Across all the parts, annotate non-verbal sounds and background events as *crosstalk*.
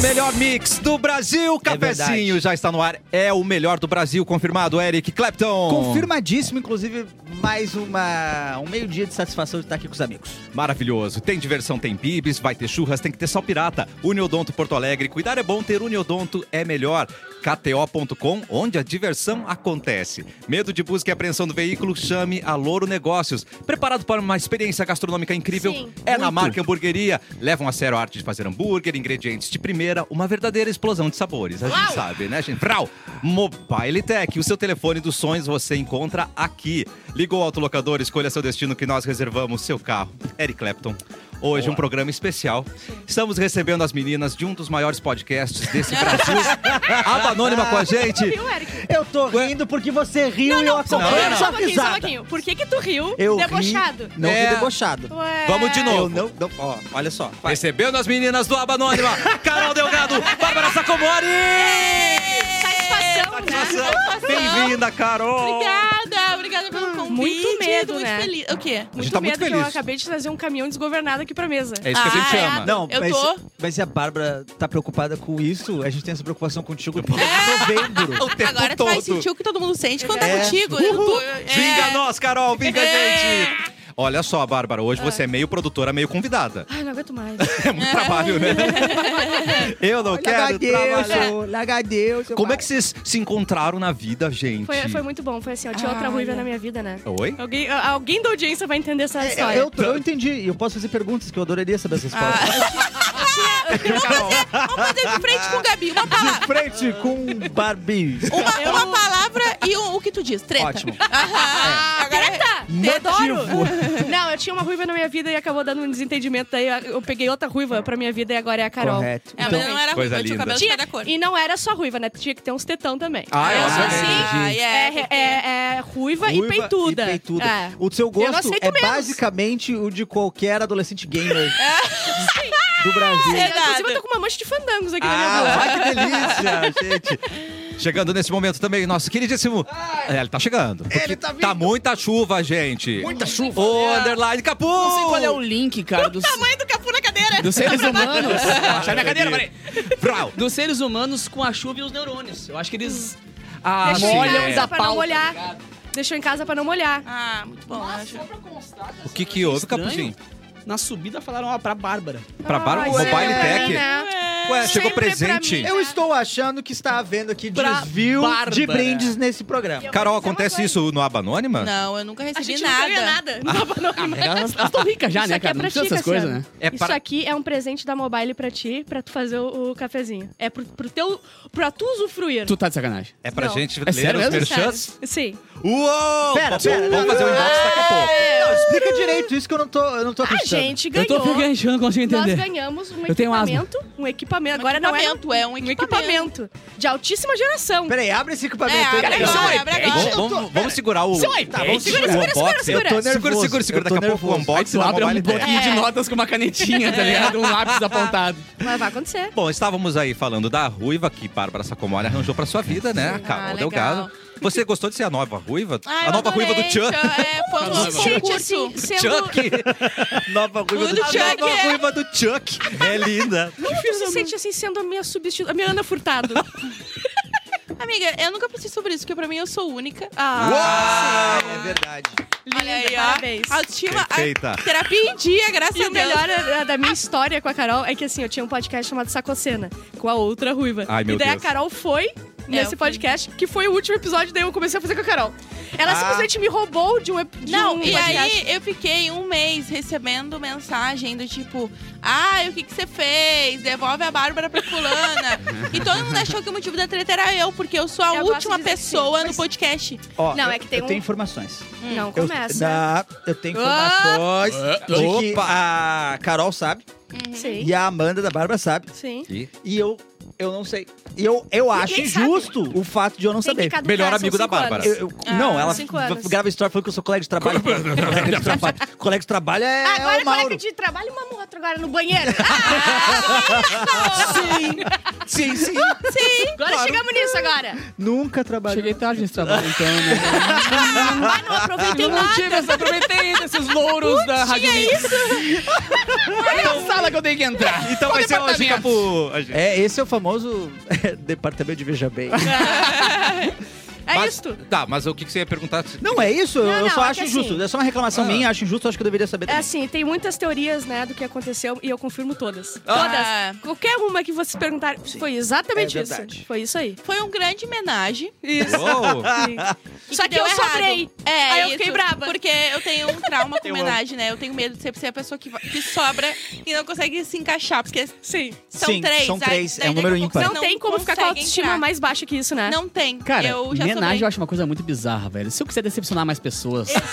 melhor mix do Brasil. Cafezinho verdade. já está no ar. É o melhor do Brasil, confirmado, Eric Clapton. Confirmadíssimo, inclusive, mais uma, um meio-dia de satisfação de estar aqui com os amigos. Maravilhoso. Tem diversão, tem bibis, vai ter churras, tem que ter sal pirata. Uniodonto Porto Alegre. Cuidar é bom, ter Uniodonto é melhor. KTO.com, onde a diversão acontece. Medo de busca e apreensão do veículo, chame a Louro Negócios. Preparado para uma experiência gastronômica incrível? Sim. É na marca Hamburgueria. Levam a sério a arte de fazer hambúrguer, ingredientes de primeira, uma verdadeira explosão de sabores. A gente sabe, né, gente? Vrau! Mobile Tech, o seu telefone dos sonhos você encontra aqui. Ligou o autolocador, escolha seu destino que nós reservamos seu carro. Eric Clapton. Hoje um programa especial. Estamos recebendo as meninas de um dos maiores podcasts desse Brasil. *laughs* Aba Anônima com a gente. Riu, Eric? Eu tô rindo porque você riu e eu só um acompanho pouquinho, a só um sua pouquinho, só um risada. pouquinho. Por que que tu riu, Eu ri- debochado? é não É. fui debochado. Ué. Vamos de novo. Eu não, não, ó, olha só. vai. Recebendo as meninas do Aba Anônima, Carol Delgado, Bárbara Sacomori! Satisfação, né? Tá Satisfação. Bem-vinda, Carol! Obrigada, obrigada pelo convite. Muito medo, muito né? feliz. O quê? A gente Muito tá muito medo que eu feliz. acabei de trazer um caminhão desgovernado aqui pra mesa. É isso que a gente Ah, é? ama. Não. Eu mas, tô. mas se a Bárbara tá preocupada com isso, a gente tem essa preocupação contigo desde É. novembro. O tempo Agora tu todo. vai sentir o que todo mundo sente quando tá É. contigo. Eu tô- é. Vinga nós, Carol! Vinga, É. gente! Olha só, Bárbara, hoje você é meio produtora, meio convidada. *laughs* Ai, não aguento mais. É muito trabalho, né? Eu não quero trabalhar. seu, lagadeus. seu Como é pai. que vocês se encontraram na vida, gente? Foi, foi muito bom, foi assim, ó, tinha outra Ai, ruiva é. na minha vida, né? Oi? Alguém, a- alguém da audiência vai entender essa É, Eu, história. É, eu, eu entendi. E eu posso fazer perguntas que eu adoraria saber as Ah, *laughs* respostas. Vamos fazer de frente com o Gabi. Uma palavra, De frente com Barbie. uma, uma palavra e um- o que tu diz? Treta. Ótimo. É. Aham. Agora, *laughs* é Tá, Né? Nativo. Não, eu assim. tinha uma ruiva na minha vida e acabou dando um desentendimento. Daí eu- eu peguei outra ruiva pra minha vida e agora é a Carol. Correto. é, Então, mas não era Coisa ruim, eu tinha o linda. cabelo de Tinha- cada cor. e não era só ruiva, né? Tinha que ter uns tetão também. Ah, eu eu acho sou que assim. Ah, É, é. é, é ruiva, e ruiva peituda. e peituda. É. O seu não gosto aceito é menos. basicamente o de qualquer adolescente *laughs* gamer do Brasil. É. Inclusive, eu tô com uma mancha de fandangos aqui na minha Ah, boca. olha que *laughs* delícia, gente. Chegando nesse momento também, nosso queridíssimo. É, ele tá chegando. Porque tá vindo. tá muita chuva, gente. Muita chuva. Ô, underline Capu! Não sei qual é o link, cara, dos, Tamanho do capu na cadeira. dos seres humanos. Achei minha cadeira, peraí. Vrau. dos seres humanos com a chuva e os neurônios. Eu acho que eles ah, Deixa eu um molham ir e lá pra não pauta. molhar. Deixou em casa pra não molhar. Ah, muito bom, acho. O que que houve, Estranho. Capuzinho? Na subida falaram ó, pra Bárbara. Pra Bar Ai, é. Mobile sempre Tech? é, né? Ué, chegou Sempre pra presente. mim. Eu estou achando que está havendo aqui Pra desvio de Bárbara. brindes nesse programa. Eu vou Carol, dizer uma acontece coisa. isso no Aba Anônima? Não, eu nunca A recebi gente nada. não ganha nada. Não, não, não. Elas estão ricas já, Isso né, aqui é cara? Não pra precisa ti, dessas coisas, Cassiano. né? É Isso aqui é um presente da Mobile pra ti, pra tu fazer o, o cafezinho. É pro, pro teu... Pra tu usufruir. Tu tá de sacanagem. É pra Não. gente É ler sério os Tá mesmo? merchans? Sim. Uou! Pera, Vamos- pera. Vamos fazer o inbox daqui a pouco. Não, explica direito isso que eu não tô, eu não tô A acreditando. gente Eu ganhou... tô gaguejando, não consigo Nós entender. ganhamos um Eu tenho asma. equipamento. Um equipamento. Um Agora não é... equipamento, é um equipamento. De altíssima geração. Peraí, abre esse equipamento. É, aí, abre peraí. agora. Só- abre Vamos- agora. Tá Vamos, vamos segurar o. Seu iPad? Tá, vamos Segura, segurar segura, o unboxing. segura, Eu segura. tô Segura, nervoso, segura, segura. eu tô Daqui a pouco o nervoso. unboxing Tu da abre Mobile um Tech. bloquinho de notas com uma canetinha, tá ligado? Um lápis apontado. Mas vai acontecer. Bom, estávamos aí falando da ruiva que Bárbara Sacomori arranjou pra sua vida, né? A Carol Ah, legal. Delgado. Você gostou de ser a nova ruiva? Ah, a eu nova ruiva do adorei, Chuck? É, foi um Nova concurso. Gente, assim, sendo... *laughs* Chuck? *laughs* nova ruiva O do, do A Chuck nova é- ruiva do Chuck. É linda. Como tu se sente assim, sendo a minha substituta... A minha Ana *laughs* Furtado? Amiga, eu nunca pensei sobre isso, porque pra mim eu sou única. Ah, Ah, é verdade. Olha aí, Linda, ó. parabéns. Autoestima. a- Perfeita. Terapia em dia, graças E a o Deus. melhor é- é da minha história com a Carol é que assim, eu tinha um podcast chamado Sacocena, com a outra ruiva. Ai, meu e daí Deus. a Carol foi nesse É, eu fui. podcast, que foi o último episódio, daí eu comecei a fazer com a Carol. Ela Ah. simplesmente me roubou de um ep- de Não, um e podcast. aí eu fiquei um mês recebendo mensagem do tipo, ai, o que que você fez? Devolve a Bárbara pra fulana. e todo mundo achou que o motivo da treta era eu, porque eu sou a Eu gosto última de dizer que pessoa sim, no podcast. Ó, Não, eu- é que tem eu um- tenho informações. Não, Eu, começa. Ah! na, eu tenho informações de que a Carol sabe Sim. e a Amanda da Bárbara sabe. Sim. E eu Eu não sei. E Eu, eu acho quem injusto o fato de eu não Tem que saber. caducar, Melhor são amigo da cinco Bárbara. Eu- anos. eu- Ah, não, ela cinco anos. grava história falando que eu sou colega *laughs* de trabalho. colega de trabalho. colega de trabalho é, é Agora o colega Mauro. de trabalho e uma outra agora no banheiro. Ah, Sim, sim. Agora chegamos nisso agora. Nunca trabalhou. Cheguei tarde nesse trabalho, então, né? Mas não aproveitei Eu não nada. tive, essa- aproveitei desses louros da Rádio Mix. Olha a sala que eu tenho que entrar. Então vai ser uma dica pro... a gente- É, esse é o famoso é, departamento de veja *laughs* bem. É Mas- isto. Tá, mas o que que você ia perguntar? Não, é isso, Não, eu não, só é acho que injusto. assim- É só uma reclamação Ah. minha, acho injusto, acho que eu deveria saber É também. assim, tem muitas teorias, né, do que aconteceu e eu confirmo todas. Ah. Todas. Qualquer uma que vocês perguntarem, foi exatamente É verdade. isso. Foi isso aí. Foi um grande homenagem. Isso. Uou. *laughs* E Só que deu eu errado. sobrei. É, Aí eu isso, fiquei brava. Porque eu tenho um trauma com homenagem, né? Eu tenho medo de ser- ser a pessoa que, va- que sobra e não consegue se encaixar, porque Sim. são Sim, três. são aí- três, daí é um daqui a número pouco ímpar. você Não, tem como ficar com a consegue autoestima entrar. mais baixa que isso, né? Não tem. Cara, eu já homenagem sobrei. eu acho uma coisa muito bizarra, velho. Se eu quiser decepcionar mais pessoas, Exato.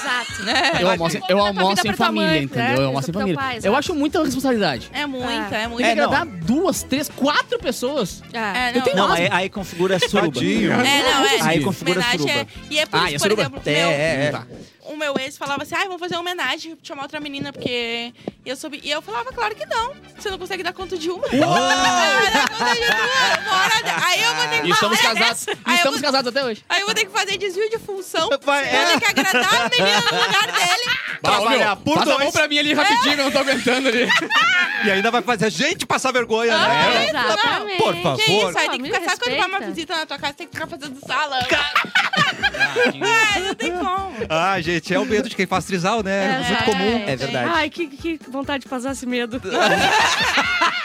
eu almoço, conta eu da tua vida almoço em pra tua família, mãe, né? entendeu? Eu Pra almoço em teu família. pai, exato. Eu acho muita responsabilidade. É muita, Ah. é Tem muita. que É, não. agradar duas, três, quatro pessoas. É. É, não. Eu tenho Não, asma. aí, aí configura suruba. Tadinho. É, não, é. Aí configura homenagem é. suruba. E é por Ah, isso, e a por suruba? exemplo, É, meu, é, é. Tá. o meu ex falava assim, ah, vamos fazer uma homenagem, chamar outra menina, porque eu soube. E eu falava, claro que não. Você não consegue dar conta de uma. *laughs* Não dá conta de duas, uma hora de- Aí eu vou ter que E estamos fazer casados. dessa. E Aí eu estamos vou- casados até hoje. Aí eu vou ter que fazer desvio de função. Vai, é. Vou ter que agradar a menina no lugar dele. Trabalhar por passa a mão dois. pra mim ali rapidinho, eu não tô aguentando ali. E ainda vai fazer a gente passar vergonha, Ah, né? é, Tá bom, exatamente. Por favor. Que isso, aí Pô, tem que me ficar sabe quando vai uma respeita. visita na tua casa, tem que ficar fazendo salão. *laughs* é, não tem como. Ah, gente, é o medo de quem faz trisal, né? É, Muito é. comum. É verdade. Ai, que, que vontade de passar esse *laughs* medo.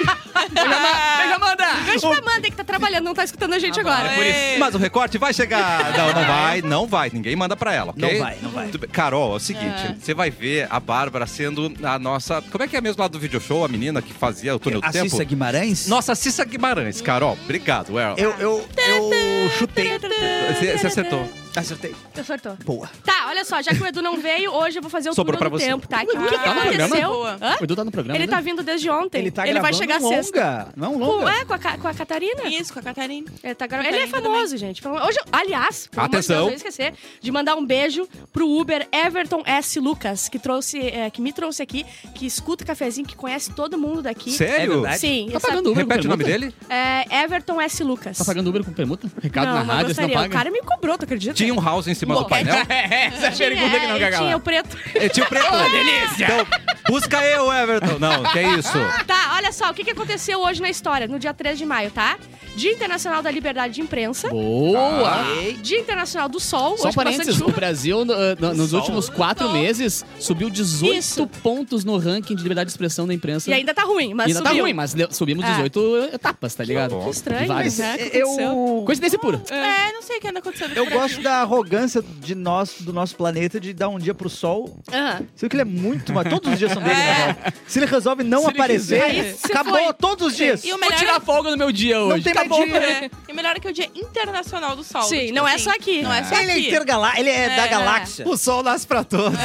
Pega, manda! Beijo pra Amanda que tá trabalhando, não tá escutando a gente agora. Mas o recorte vai chegar. Não, não vai, não vai. Ninguém manda pra ela, ok? Não vai, não vai. Tudo bem. Carol, é o seguinte, É. você vai ver a Bárbara sendo a nossa. Como é que é mesmo lá do video show, a menina que fazia o túnel do A tempo? Cissa Guimarães? Nossa, Cissa Guimarães, Carol. Obrigado, Errol. Eu, eu, eu chutei. Você você acertou. Acertei. Eu sortou. Boa. Tá, olha só, já que o Edu não veio, hoje eu vou fazer o Sobrou túnel pra do você. tempo, tá? Que Ué, o que, que tá no programa? aconteceu? Hã? O Edu tá no programa. Ele né? tá vindo desde ontem. Ele tá vai gravando chegar um longa. sexta. Não, um Com, longa. é, com a, Ca- com a Catarina. Isso, com a Catarina. Ele, tá gra- Com a ele é Catarina famoso, gente. Hoje, eu- aliás, pelo amor de Atenção. Deus, eu ia esquecer de mandar um beijo pro Uber Everton S. Lucas, que trouxe, é, que me trouxe aqui, que escuta o cafezinho, que conhece todo mundo daqui. É Sério? verdade. Sim, Tá essa- pagando Uber Repete o com nome permuta? dele? é Everton S. Lucas. Tá pagando Uber com permuta? Recado não, na mas rádio, você não gostaria. O paga. cara me cobrou, tu acredita? Tinha um house em cima do Boquete. painel? É, essa é a pergunta que não é, quer e tinha o calar. preto. *laughs* É tio preto. delícia! Então, busca eu, Everton. Não, que é isso. Tá, olha só, o que, que aconteceu hoje na história, no dia 3 de maio, tá? Dia Internacional da Liberdade de Imprensa, Boa! Dia Internacional do Sol, Só um hoje bastante parênteses, o chuva. Brasil, no- eh, no- nos últimos quatro Sol. meses, subiu 18 Isso. pontos no ranking de liberdade de expressão da imprensa. E ainda tá ruim, mas E ainda tá subiu. ruim, mas le- subimos É. 18 etapas, tá ligado? louco. Estranho, Vários. né? que aconteceu. Eu, Coincidência pura. É, não sei o que anda acontecendo. eu por aí. gosto da arrogância de nós, do nosso planeta de dar um dia pro sol. Aham. Sendo que ele é muito... Mas todos os dias são dele, É. na real. Se ele resolve não Se ele aparecer, quiser. Aí se acabou foi. todos os dias. E o Vou melhor tirar folga no meu dia Não hoje. tem mais Acabou. dia. É. E o melhor é que é o Dia Internacional do Sol. Sim, Tipo não é assim, só aqui. Não é só Ele é aqui. intergaláctico, ele é, da É. galáxia. O sol nasce pra todos.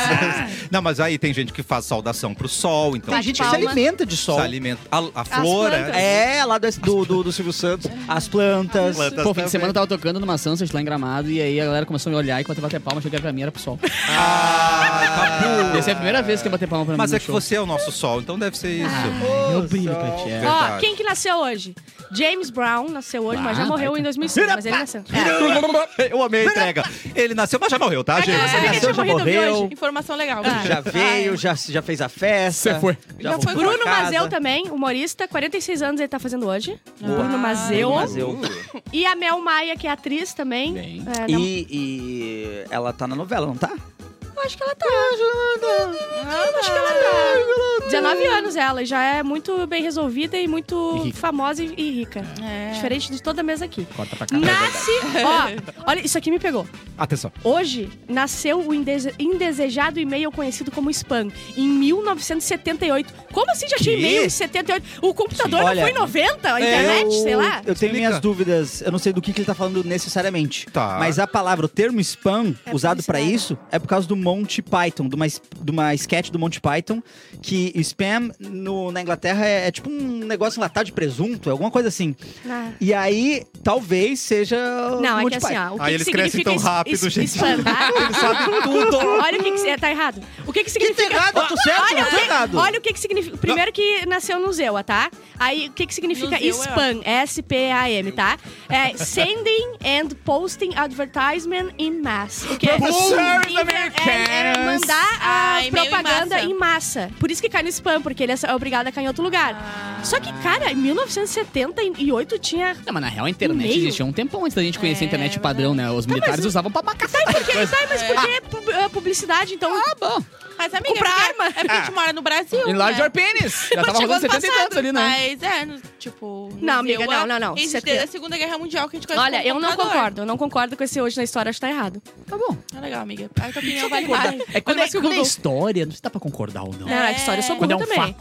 Não, mas aí tem gente que faz saudação pro sol, então Tem Bate gente que se palma. alimenta de sol. se alimenta. A, a flor, plantas. é, É, lá do, do, do, do Silvio Santos. As plantas. plantas Pô, fim de semana eu também. tava tocando numa sunset lá em Gramado e aí a galera começou a me olhar e quando eu bater palma, achou que era pra mim, era pro sol. Ah, *laughs* Essa é a primeira vez que eu bater palma pra mim Mas no é que show. você é o nosso sol, então deve ser isso. *laughs* Eu brilho pra ti, é. Ó, Verdade. quem que nasceu hoje? James Brown nasceu hoje, mas já Ah, morreu vai em ter- 2005, mas ele nasceu. É. Eu amei a entrega. Ele nasceu, mas já morreu, tá, é, gente? Eu sabia que ele Nasceu, tinha já morrido vi morreu. hoje. Informação legal. Ah, Já veio, já, já fez a festa. Você foi. Já Não foi voltou Bruno pra casa. Mazeu também, humorista, 46 anos ele tá fazendo hoje. Boa. Bruno Mazeu. Bruno Mazeu. E a Mel Maia, que é atriz também. Bem. É, não- E, e ela tá na novela, não tá? Acho que ela tá. Acho que ela tá. 19 anos ela, e já é muito bem resolvida e muito E rica. famosa e, e rica. É. Diferente de toda a mesa aqui. Corta pra cá. Ah, Nasce, ó, olha, isso aqui me pegou. Atenção. Hoje nasceu o indese- indesejado e-mail conhecido como spam, em 1978. Como assim já tinha Que? e-mail em 78? O computador Sim. não Olha, foi em 90? A internet, eu, sei lá? Eu tenho Explica. minhas dúvidas. Eu não sei do Ah. que, que ele tá falando necessariamente. Tá. Mas a palavra, o termo spam É usado pra publicidade. isso é por causa do Monty Python, de uma, es- de uma sketch do Monty Python, que spam no- na Inglaterra é, é tipo um negócio enlatado de presunto, alguma coisa assim. Ah. E aí, talvez seja o Não, é Monty que assim, Python. ó. O que Aí que eles crescem significa tão es- rápido, es- gente. Espantar. *laughs* Eles sabem tudo. *laughs* Olha o que, que se- é, tá errado. O que que Que significa? errado, eu tô certo, Olha eu o, tô errado. que, olha o que que significa. Primeiro que nasceu no Zewa, tá? Aí o que que significa Nuzeu é spam? S-P-A-M, tá? É sending and posting advertisement in mass. O que é, Professores Envia- é, é mandar a Ah, e-mail em propaganda massa. em massa. Por isso que cai no spam, porque ele é obrigado a cair em outro lugar. Ah. Só que, cara, em 1978 tinha Não, mas na real a internet E-mail? existia um tempão antes da gente conhecer a É, internet padrão, né? Os militares usavam pra macacar. Porque ele sai, mas porque é pub- é publicidade, então. Ah, bom. Mas, amiga, Comprar é porque- arma. É porque a gente mora no Brasil. Enlarge né? your penis. Ah. Já tava Chegou rolando ano 70 e tantos passado, ali, né? Mas é, no- tipo... no Não, amiga, Zewa, não, não, não, existe certeza. Desde a Segunda Guerra Mundial que a gente conhece Olha, como eu não computador. concordo. Eu não concordo com esse hoje na história, acho que tá errado. Tá bom. Ah, legal, amiga. A tua opinião vale mais. É quando, Vale mais é, que o quando é Google. história, não sei se dá pra concordar ou não. Não, é que história eu sou Quando contra é um também.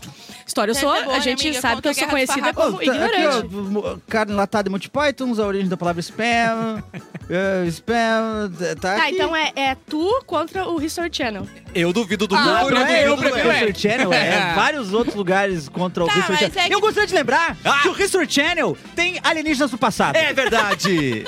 História eu É, sou. tá bom, a né, gente amiga? sabe que Contra eu a sou guerra conhecida dos farrapos. como Tá, ignorante. Aqui, ó, mo- carne enlatada em Monty Python, a origem da palavra spam. eh, spam, tá Tá, aqui. então é, é tu contra o History Channel. Eu duvido do Ah, Google. eu não é né? duvido eu, do prefiro Google. é. History Channel, é vários outros lugares contra o Tá, History mas Channel. é que- Eu gostaria de lembrar Ah! que o History Channel tem alienígenas do passado. É verdade.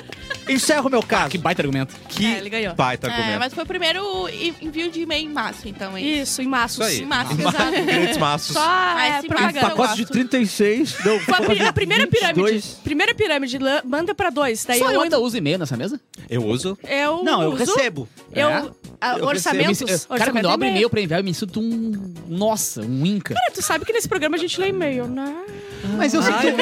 Encerra o meu caso. Que baita argumento. Que É, ele ganhou. Tá baita É, argumento. mas foi o primeiro e- envio de e-mail em massa, então. é Isso. Isso, em maços. Isso aí. Em massa, Ma- *laughs* exato. Grandes maços. Só Ah, é, esse propaganda. pacote- gosto. 36. Não, Foi a, pri- pacote a primeira de pirâmide. 22. Primeira pirâmide, lã- manda pra dois. Daí Só o eu então. outro- ainda uso e-mail nessa mesa? Eu uso. eu Não, eu uso, recebo. Eu, É? ah, Eu me- orçamentos. eu- cara, quando orçamento eu abro e-mail. e-mail pra enviar, eu me sinto um. Nossa, um Inca. Cara, tu sabe que nesse programa a gente lê e-mail, né? Mas eu sinto... um é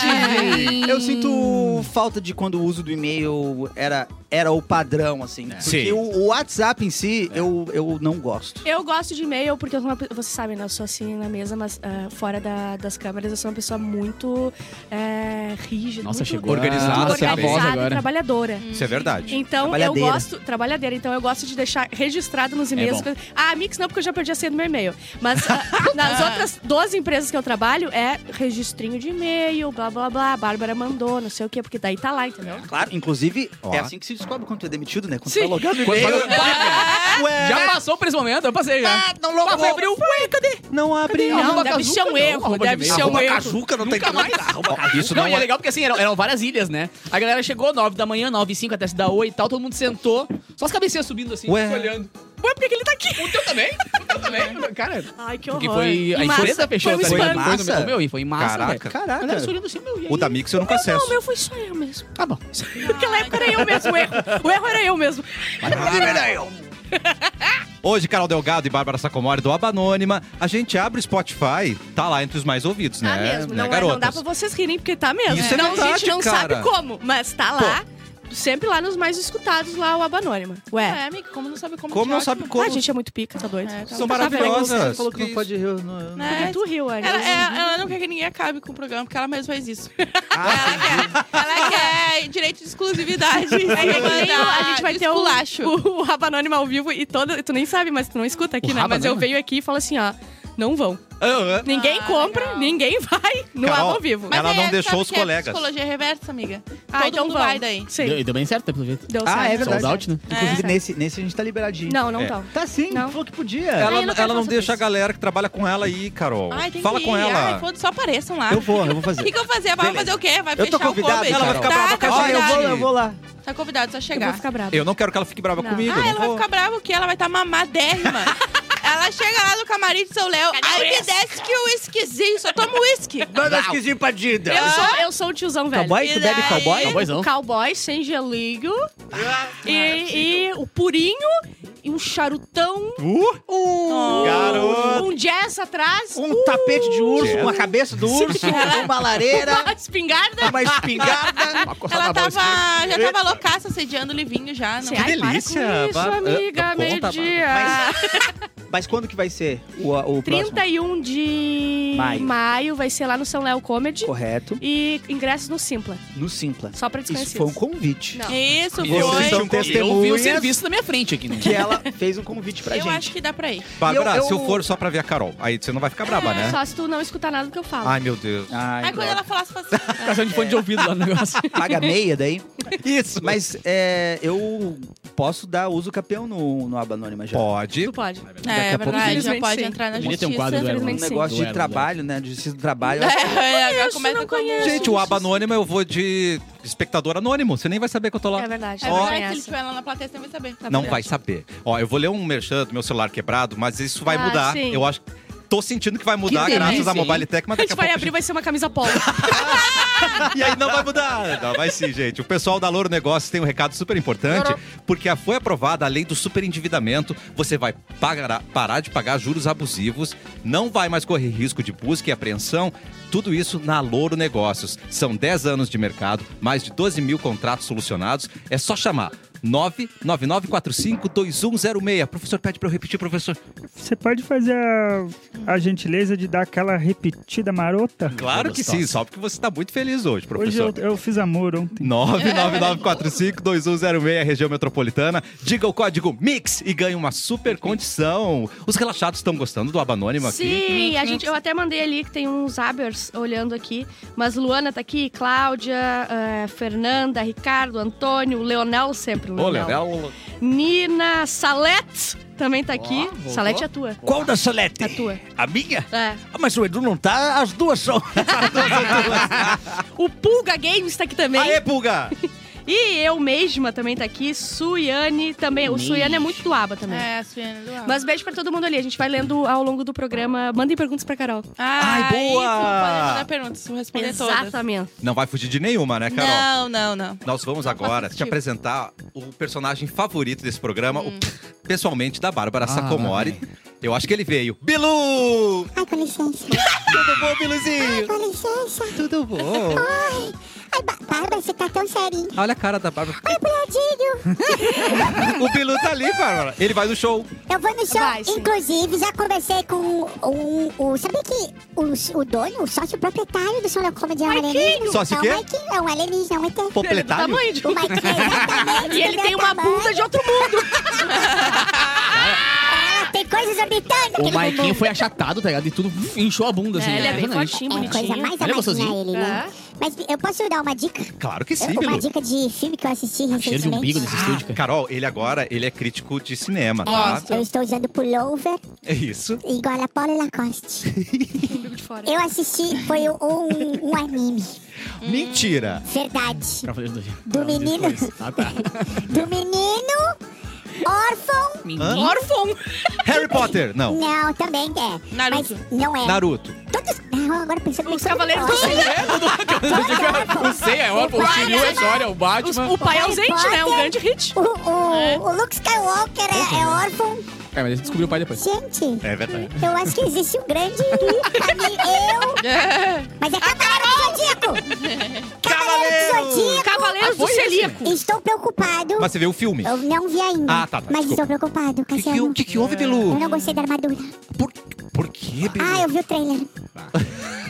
verdade. Eu sinto falta de quando o uso do e-mail era, era o padrão, assim. Sim. Porque o, o WhatsApp em si, eu, eu não gosto. Eu gosto de e-mail porque eu sou uma, pe- vocês sabem, né? Eu sou assim na mesa, mas ah, fora da- das câmeras eu sou uma pessoa muito é, rígida. Nossa, muito chegou. organizado, Organizada, assim, a a voz organizada e agora. né? trabalhadora. Isso é verdade. Então eu Trabalhadeira. gosto. Trabalhadeira, então eu gosto de deixar registrado nos É e-mails. bom. ah, Mix não, porque eu já perdi a senha do meu e-mail. Mas ah, nas outras 12 empresas que eu trabalho é registrinho de e-mail, blá blá blá, Bárbara mandou, não sei o quê, porque daí tá lá, entendeu? Claro, inclusive, Ó. é assim que se descobre quando tu é demitido, né? Quando Sim. tu tá logado no Quando e-mail. fala- *laughs* Bah, Já passou por esse momento, eu passei já. Não logou. Mas foi abril, ué, cadê? Não abre. Não, Arroba deve Kazuca, ser um não, erro, arroba deve de e-mail. ser um Arroba erro. Cajuca não tem Nunca mais. Isso não, não e é é. legal porque assim, eram, eram várias ilhas, né? A galera chegou 9 da manhã, 9 e 5 até se dar 8 e tal, todo mundo sentou. Só as cabecinhas subindo assim, Ué. se olhando. Ué, por que que ele tá aqui? O teu também? O teu também? *laughs* Cara, Ai, que horror. porque foi. A E massa. empresa fechou, Foi um tá ligado? espanto. Foi no Massa. meu, meu, e foi em massa. velho. Caraca. A galera se Caraca. olhando assim, meu, e aí? O da Mix eu nunca é Não, o acesso. meu foi só eu mesmo. Tá bom. é Naquela época era eu mesmo o erro. O erro era eu mesmo. Hoje, Carol Delgado e Bárbara Sacomori do Aba Anônima. A gente abre o Spotify, tá lá entre os mais ouvidos, Tá né? mesmo. né, Não, é, garotas? não dá pra vocês rirem, porque tá mesmo. Isso é não, a verdade, gente não cara. sabe como, mas tá lá. Sempre lá nos mais escutados, lá o Aba Anônima. Ué. É, amiga, como não sabe como Como que não ótimo. sabe como? Ah, a gente é muito pica, tá doido? É, tá São bom. maravilhosas. Você falou que não pode rir. não- não- Né? Porque tu riu, Anny. Ela, é- ela não quer que ninguém acabe com o programa, porque ela mesma faz isso. ela, quer, ela quer direito de exclusividade. É que nem o- a gente vai ter o, esculacho. é, o, o Aba Anônima ao vivo e toda. Tu nem sabe, mas tu não escuta aqui, O né? Aba Mas eu Anônima? venho aqui e falo assim, ó. Não vão. Aham. Ninguém Ah, compra, legal. ninguém *laughs* vai no Carol, Aba ao vivo. Ela aí não é- deixou sabe os que é colegas. psicologia reversa, amiga. Ah, Todo então mundo vão. vai daí. Deu, Sim. e deu bem certo, pelo jeito. Deu Ah, certo. é verdade. Sold out, né? Inclusive, nesse, nesse a gente tá liberadinho. Não, não É. tão. Tá sim. Não. Falou que podia. Ela, Ai, Ah, eu ela não não, quero falar sobre deixa a isso. galera que trabalha com ela aí, Carol. Ai, tem Fala que com ir. ela. Ai, foda-se, só apareçam lá. Eu vou, eu vou O fazer. que, que eu vou fazer? Vai Beleza. fazer o quê? Vai Eu tô fechar o convidado, comedy? ela vai ficar tá, brava com a tá Ah, eu vou, convidado. eu vou lá. Tá convidado, só Eu chegar. vou ficar brava. Eu não quero que ela fique brava Não. comigo. Ah, não ela vai vou. ficar brava porque ela vai estar mamadérrima. ela chega lá no camarim de São Léo, aí me desce que o uísquezinho, só toma uísque. Manda um esquisinho pra Dida. Eu sou, eu sou o Tá tiozão velho. Cowboy? Tu bebe daí- cowboy? Cowboyzão. Cowboy sem gelinho. e, e o purinho. E um charutão. Uh, Um, garoto. um jazz atrás. Um tapete de urso, Yes. uma cabeça do urso, uma lareira, uma espingarda. uma espingarda. Uma coçada Ela na tava, bola esquerda. já tava loucaça sediando o Livinho já. Não Ai, para delícia, com isso, Tá Bárbara. amiga. Não conta, Meio-dia. Mas quando que vai ser o, o próximo? 31 de Maio. maio. vai ser lá no São Léo Comedy. Correto. E ingressos no Simpla, No Simpla. só pra Isso desconhecidos. foi um convite. Não. Isso, Eu foi. sei um Vocês são Eu vi o testemunhas serviço na minha frente aqui, né? é. que ela fez um convite pra eu gente. acho que dá pra ir. Bárbara, Eu- eu- se eu for só pra ver a Carol, aí você não vai ficar braba, né? É, Ah, Só Ah, se tu não escutar nada do que eu falo. Ai, meu Deus. Ai, Aí quando droga. ela falasse, falasse assim. Tá sendo de fone de ouvido lá no negócio. Paga meia daí. Isso. Mas Mas é, eu posso dar uso campeão no, no Aba Anônima já. pode. Tu pode. É, Daqui é a pouco- verdade, já Infelizmente, pode sim. entrar na Deveria ter justiça. um quadro do Erlon. Um Infelizmente, sim. negócio de Duelo, trabalho, né? De justiça do trabalho. *laughs* É, agora Isso, começa não com conheço. Gente, o aba anônimo eu vou de espectador anônimo. Você nem vai saber que eu tô lá. É verdade. É tu não verdade, se ele conhece. estiver lá na plateia, você não vai saber. Tá Não vai saber. Ó, eu vou ler um merchan do meu celular quebrado, mas isso vai Ah, mudar. sim. Eu acho. Tô sentindo que vai mudar delícia, graças à hein? Mobile Tech, mas A daqui gente a vai pouco. a abrir, vai ser uma camisa polo. E aí não vai mudar. Não, vai sim, gente. O pessoal da Louro Negócios tem um recado super importante, porque foi aprovada a lei do superendividamento. Você vai pagar- parar de pagar juros abusivos, não vai mais correr risco de busca e apreensão. Tudo isso na Louro Negócios. São 10 anos de mercado, mais de 12 mil contratos solucionados. É só chamar 999452106. Professor, pede para eu repetir, professor. Você pode fazer a, a gentileza de dar aquela repetida marota? Claro que sim, só porque você está muito feliz hoje, Hoje professor. eu, eu fiz amor ontem. 999452106, região metropolitana. Diga o código MIX e ganhe uma super condição. Os relaxados estão gostando do Aba Anônimo aqui? Sim, a gente, eu até mandei ali que tem uns abers olhando aqui. Mas Luana tá aqui, Cláudia, eh, Fernanda, Ricardo, Antônio, Leonel sempre. Ô, Leonel. Nina Salete também tá aqui. voltou. Salete é a tua. Qual da Salete? A tua. A minha? É. Ah, mas o Edu não tá, as duas são. O Pulga Games tá aqui também. Aê, Pulga! E eu mesma também tá aqui. Suiane também. O Suiane é muito do aba também. É, a Suiana do Alves. Mas beijo pra todo mundo ali. A gente vai lendo ao longo do programa. Mandem perguntas pra Carol. Ai, boa! Isso, pode mandar perguntas, vou responder todas. Exatamente. Não vai fugir de nenhuma, né, Carol? Não, não, não. Nós vamos Não agora faço te apresentar o personagem favorito desse programa, Hum. o- pessoalmente da Bárbara Sacomori. Eu acho que ele veio. Bilu! Ai, com licença. Tudo bom, Biluzinho? Com licença. Tudo bom? Ai, ai, Ba- Bárbara, você tá tão serinho. Olha a cara da Bárbara. Ai, boiadinho. O Bilu tá ali, Bárbara. Ele vai no show. Eu vou no show. Vai, sim. Inclusive, já conversei com o... o, o- sabe que o, o dono, o sócio proprietário do São Léo Comedy é um alienígena? Sócio é o quê? um Maiquinho, é um alienígena, é um ET. Completário? Tamanho de O Maiquinho é exatamente E ele do tem meu uma tamanho. bunda de outro mundo. Ela Ah, tem coisas orbitando O aquele Maiquinho bumbum. foi achatado, tá ligado? E tudo inchou a bunda, assim. É, ele é bem impressionante. fortinho, É coisa bonitinho. mais Ele é amadinha gostosinho. ele, né? Mas eu posso dar uma dica? Claro que sim, É, Tá Eu- uma Bilu. dica de filme que eu assisti Cheiro de umbigo recentemente. nesse estúdio, cara. Ah, Carol, ele agora, ele é crítico de cinema, tá? Eu estou usando pullover É isso. igual a Paula Lacoste. umbigo de fora. Eu assisti, foi um, um anime. Mentira. Verdade. Cavaleiros do Zodíaco. Do menino. Ah, tá. Do menino órfão. Menino. Órfão. Harry Potter, não. Não, também é. Naruto. Mas não é. Naruto. Todos. Não, agora pensando Os Cavaleiros do *laughs* Não sei, é órfão. O Shiryu é Zória, né? o Os- Batman. O pai ausente, né? Um grande hit. O, o, o Luke Skywalker é, é órfão. Cara, mas ele descobriu o pai depois. Gente, É verdade. eu acho que existe um grande. ami- eu. Mas é Cavaleiro do Zodíaco! Cavaleiro do Zodíaco! Cavaleiros Ah, do Celíaco. Estou preocupado. Mas você vê o filme. Eu não vi ainda. Ah, tá, tá, mas desculpa. estou preocupado, O que, que, Cassiano. o que que houve, Eu Bilu? não gostei da armadura. Por, por que, Bilu? Ah, eu vi *laughs* o trailer.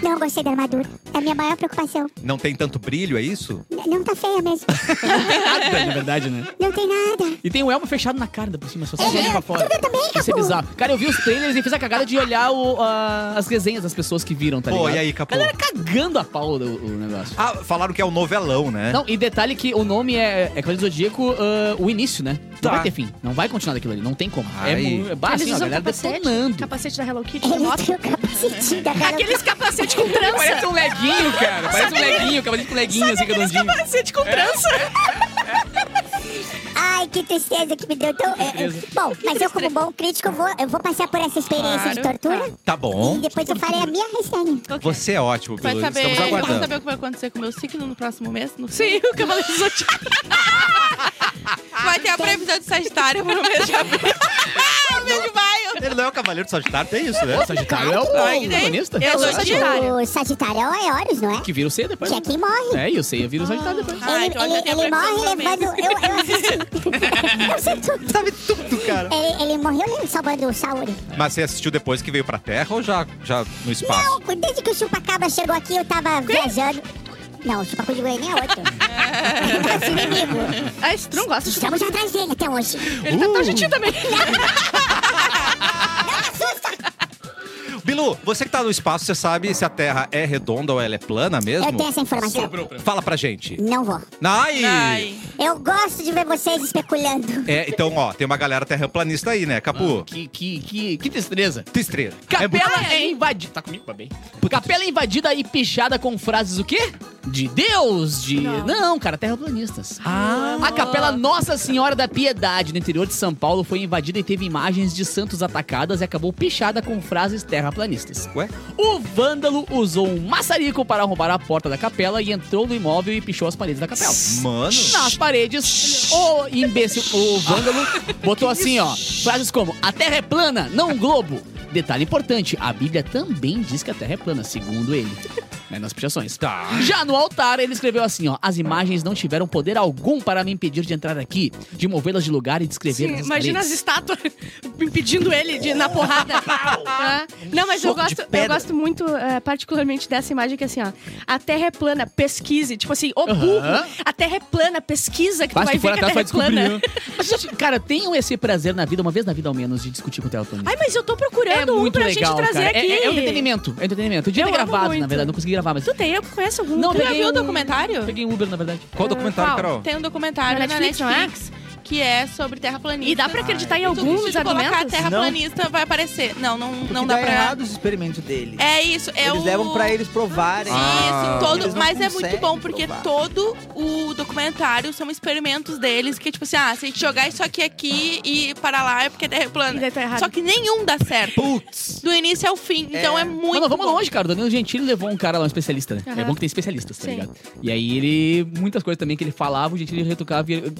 Não gostei da armadura. É a minha maior preocupação. Não tem tanto brilho, é isso? N- Não tá *laughs* feia mesmo. Nada, na verdade, né? Não tem nada. E tem o elmo fechado na cara, ainda por cima, só É, sai ele pra fora. eu também, Isso é Capu. bizarro. Cara, eu vi os trailers e fiz a cagada de olhar o, ah, as resenhas das pessoas que viram, tá Pô, ligado? e aí, Capô? Galera cagando a pau do, o negócio. Ah, falaram que é o novelão, né? Não, e detalhe que o nome é, é Cavaleiro do Zodíaco, ah, o início, né? Tá. Não vai ter fim. Não vai continuar daquilo ali, não tem como. É, Ai. mu- é bah, assim, ó, a galera detonando. Capacete da Hello Kitty, de Ele moto. tem o capacitinho da cara. Aqueles capacete com trança. Parece um leguinho, cara. Parece um leguinho, cavaleiro com leguinho, assim, redondinho. Capacete com trança. É, Ai, que tristeza que me deu. Então, é, é, bom, mas eu, como bom crítico, eu vou, eu vou passar por essa experiência de tortura. Tá E bom. depois eu farei a minha resenha. Você é ótimo, Bilu. Pode saber, Estamos pode aguardando. saber o que vai acontecer com o meu ciclo no próximo mês? No Sim, o Cavaleiro do *laughs* Zodíaco. *laughs* Vai ter a previsão de Sagitário pro mês de abril. mês de maio. Ele não é o Cavaleiro do Sagitário, tem isso, né? Sagitário é o Ai, que protagonista. Eu sou Sagitário. O Sagitário é o Horus, não é? Que vira o C depois. Que é quem morre. É, e o C vira o Sagitário depois. Ah, ele então eu já ele, tenho a ele previsão pra morre mim. levando. Eu, eu assisti. eu sei tudo. Sabe tudo, cara. Ele, ele morreu levando- salvando o Saori. Mas você assistiu depois que veio pra Terra ou já, já no espaço? Não, desde que o Chupacaba chegou aqui, eu tava viajando. Não, o Chupacu de Goiânia *laughs* é outro. é nosso inimigo. Ah, esse tu não gosta de Estamos atrás dele até hoje. Ele tá tão gentil também. Bilu, você que tá no espaço, você sabe se a Terra é redonda ou ela é plana mesmo? Eu tenho essa Ah. informação. Fala pra gente. Não vou. Ai! Ai. Eu gosto de ver vocês especulando. É, então, ó, tem uma galera terraplanista aí, né, Capu? Que, que, que, que destreza. Testreira. Ah. Capela é, invadida. Tá comigo, bem. Capela é invadida e pichada com frases o quê? De Deus, de. Não, Não. cara, terraplanistas. A capela Nossa Senhora da Piedade, no interior de São Paulo, foi invadida e teve imagens de santos atacadas e acabou pichada com frases terraplanistas. Ué? O vândalo usou um maçarico para arrombar a porta da capela e entrou no imóvel e pichou as paredes da capela. Mano. Nas paredes, o imbecil, o vândalo, botou assim, ó. Frases como, a Terra é plana, não um globo. Detalhe importante, a Bíblia também diz que a Terra é plana, segundo ele. Né, nas pichações. Tá. Já no altar, ele escreveu assim, ó. As imagens não tiveram poder algum para me impedir de entrar aqui, de movê-las de lugar e de escrever nas Imagina as paredes." estátuas *laughs* impedindo ele de ir na porrada. Ah, Não, mas eu gosto, eu gosto muito, eh, particularmente, dessa imagem que assim, ó. A terra é plana, pesquise. Tipo assim, ô burro, Aham. a terra é plana, pesquisa que Mas tu vai se tu for ver que a atrás, terra é tu vai plana. Gente, Cara, tenham esse prazer na vida, uma vez na vida ao menos, de discutir com o terraplanista. Ai, mas eu tô procurando um pra gente trazer cara. É- aqui. É, é um entretenimento, é um entretenimento. Eu devia Eu ter amo gravado, na muito. verdade, não consegui gravar, mas... Tu tem? Eu conheço algum. Não, Tu Tu já peguei viu o um- documentário? Peguei um Uber, na verdade. Qual documentário, qual? Carol? Tem um documentário Na na Netflix, Netflix, não é? que é sobre terraplanista. E dá pra acreditar em E alguns se tu colocar argumentos? terraplanista, vai aparecer. Não, não, não Porque dá dá pra... errado os experimentos deles. É isso, é eles o... levam pra eles provarem. Isso, Ah. todo, Eles não mas é conseguem muito bom, porque provar. todo o documentário são experimentos deles, que tipo assim, ah, se a gente jogar isso aqui aqui e para lá é porque a terra é E plana. daí tá errado. Só que nenhum dá certo. Putz! Do início ao fim, então é, muito Mas não, vamos bom. longe, cara. O Danilo Gentili levou um cara lá, um especialista, né? Aham. É bom que tem especialistas, tá Sim. ligado? E aí ele. Muitas coisas também que ele falava, o Gentili retocava e. ele-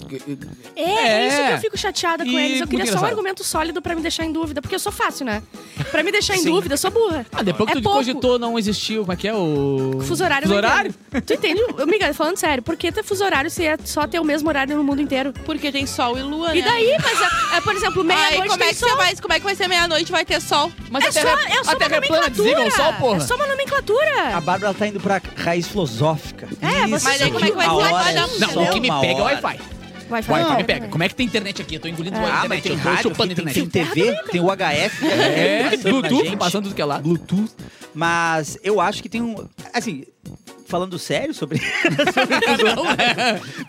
É, É. isso que eu fico chateada com E eles. Eu muito queria só um engraçado. argumento sólido pra me deixar em dúvida, porque eu sou fácil, né? Pra me deixar em dúvida, eu sou burra. Ah, depois que É tu pouco. cogitou, não existiu. Como é que é o. Fuso horário. eu Fuso não horário? entendo. Tu entende? Amiga, falando sério, por que ter fuso horário se é só ter o mesmo horário no mundo inteiro? Porque tem sol e lua, E né? daí, mas é, é, por exemplo, Ai, meia-noite como é tem que você sol. vai, como é que vai ser meia-noite vai ter sol? Mas é, a só, terra, é só a terra uma é plana, desliga o nomenclatura. sol, porra. Ah, É só uma nomenclatura. A Bárbara ela tá indo pra raiz filosófica. É, você- Mas aí como é que vai a ser? hora Vai é dar- isso. Não, o que me Uma pega é o hora. Wi-Fi. Vai falar. Wi-Fi me pega. Como é que tem internet aqui? Eu tô engolindo a Ah, mas internet. tem eu tô rádio, chupando aqui, tem, internet. tem TV, tem o HF. É, passando na Bluetooth, gente. passando tudo que é lá. Bluetooth. Mas eu acho que tem um... Assim, falando sério sobre... *laughs*